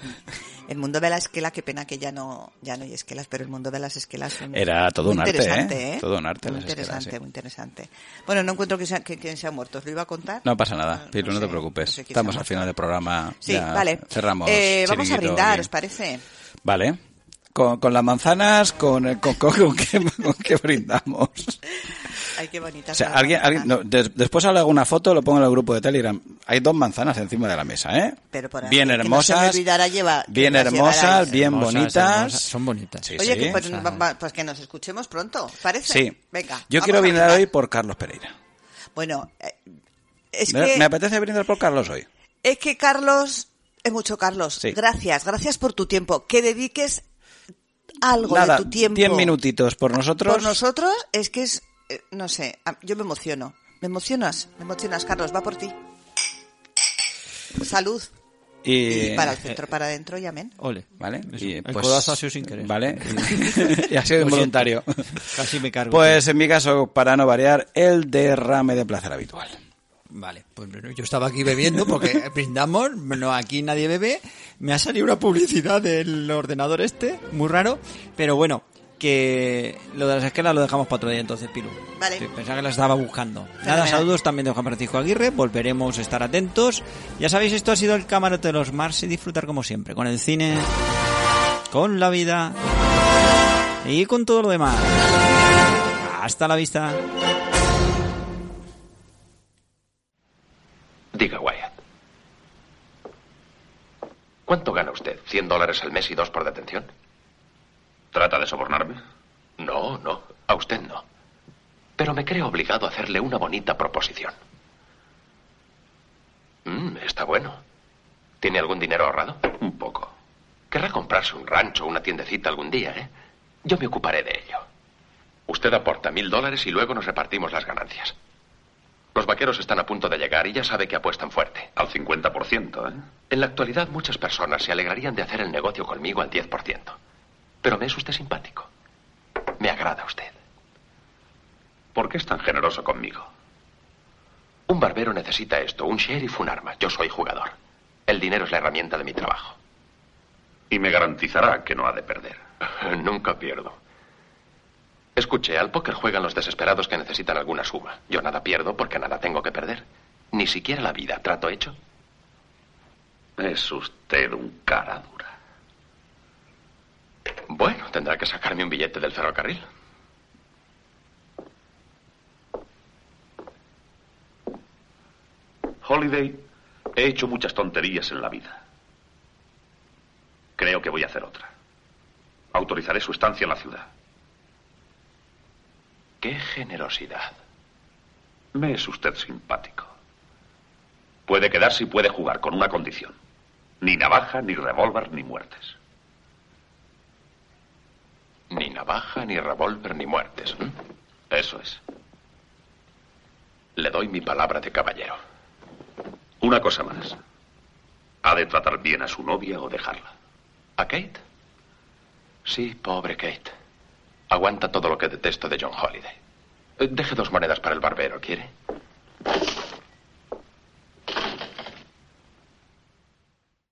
el mundo de la esquela, qué pena que ya no, ya no hay esquelas, pero el mundo de las esquelas son Era todo muy un arte, interesante, ¿eh? Todo un arte Muy las esquelas, ¿eh? interesante, sí. muy interesante. Bueno, no encuentro que, sea, que quién se ha muerto. Os lo iba a contar. No pasa nada, No, Piru, no, no te sé, preocupes. no sé quién Estamos se ha al final del programa. Sí, ya vale. Cerramos. Eh, vamos a chiringuito brindar, aquí. ¿os parece? Vale. Con, con las manzanas, con, el- con, con, con qué, con qué brindamos. Ay, qué bonita. O sea, alguien, alguien- no, des- después hago una foto, lo pongo en el grupo de Telegram. Hay dos manzanas encima de la mesa, ¿eh? Pero por bien ahí, que no hermosas. se me olvidara lleva- que bien las hermosas, llevarais. bien Hermosas, bonitas. hermosas, son bonitas. Sí, Oye, sí. que, pues, O sea, va- va- pues que nos escuchemos pronto, ¿parece? sí. Venga. Yo vamos quiero a brindar hoy brindar. por Carlos Pereira. Bueno, eh, es Me, que, me apetece brindar por Carlos hoy. es que Carlos, es mucho Carlos. Sí. Gracias, gracias por tu tiempo. Que dediques algo Nada, de tu tiempo. 10 minutitos por nosotros. Por nosotros es que es, eh, no sé, a- yo me emociono. Me emocionas, me emocionas, Carlos, va por ti. Salud. y, y para el centro, para adentro y amén. Ole. ¿Vale? Y, el pues, codazo ha sido sin querer. Vale. y ha sido Lo siento. involuntario. Casi me cargo. Pues en mi caso, para no variar, el derrame de placer habitual. Vale, pues bueno, yo estaba aquí bebiendo porque brindamos, no aquí nadie bebe. Me ha salido una publicidad del ordenador este, muy raro, pero bueno, que lo de las esquelas lo dejamos para otro día entonces, Piru. Vale. Sí, pensaba que las estaba buscando. Nada, Fenomenal. saludos también de Juan Francisco Aguirre, volveremos a estar atentos. Ya sabéis, esto ha sido el camarote de los Mars y disfrutar como siempre, con el cine, con la vida y con todo lo demás. Hasta la vista. Diga, Wyatt. ¿Cuánto gana usted? ¿100 dólares al mes y dos por detención? ¿Trata de sobornarme? No, no. A usted no. Pero me creo obligado a hacerle una bonita proposición. Mm, está bueno. ¿Tiene algún dinero ahorrado? Un poco. Querrá comprarse un rancho o una tiendecita algún día, ¿eh? Yo me ocuparé de ello. Usted aporta mil dólares y luego nos repartimos las ganancias. Los vaqueros están a punto de llegar y ya sabe que apuestan fuerte. Al 50%, ¿eh? En la actualidad muchas personas se alegrarían de hacer el negocio conmigo al 10%. Pero me es usted simpático. Me agrada usted. ¿Por qué es tan generoso conmigo? Un barbero necesita esto, un sheriff un arma. Yo soy jugador. El dinero es la herramienta de mi trabajo. Y me garantizará que no ha de perder. Nunca pierdo. Escuche, al póker juegan los desesperados que necesitan alguna suma. Yo nada pierdo porque nada tengo que perder. Ni siquiera la vida. ¿Trato hecho? Es usted un cara dura. Bueno, tendrá que sacarme un billete del ferrocarril. Holiday, he hecho muchas tonterías en la vida. Creo que voy a hacer otra. Autorizaré su estancia en la ciudad. ¡Qué generosidad! Me es usted simpático. Puede quedarse y puede jugar con una condición. Ni navaja, ni revólver, ni muertes. Ni navaja, ni revólver, ni muertes. ¿m? Eso es. Le doy mi palabra de caballero. Una cosa más. Ha de tratar bien a su novia o dejarla. ¿A Kate? Sí, pobre Kate. Aguanta todo lo que detesto de John Holiday. Eh, Deje dos monedas para el barbero, ¿quiere?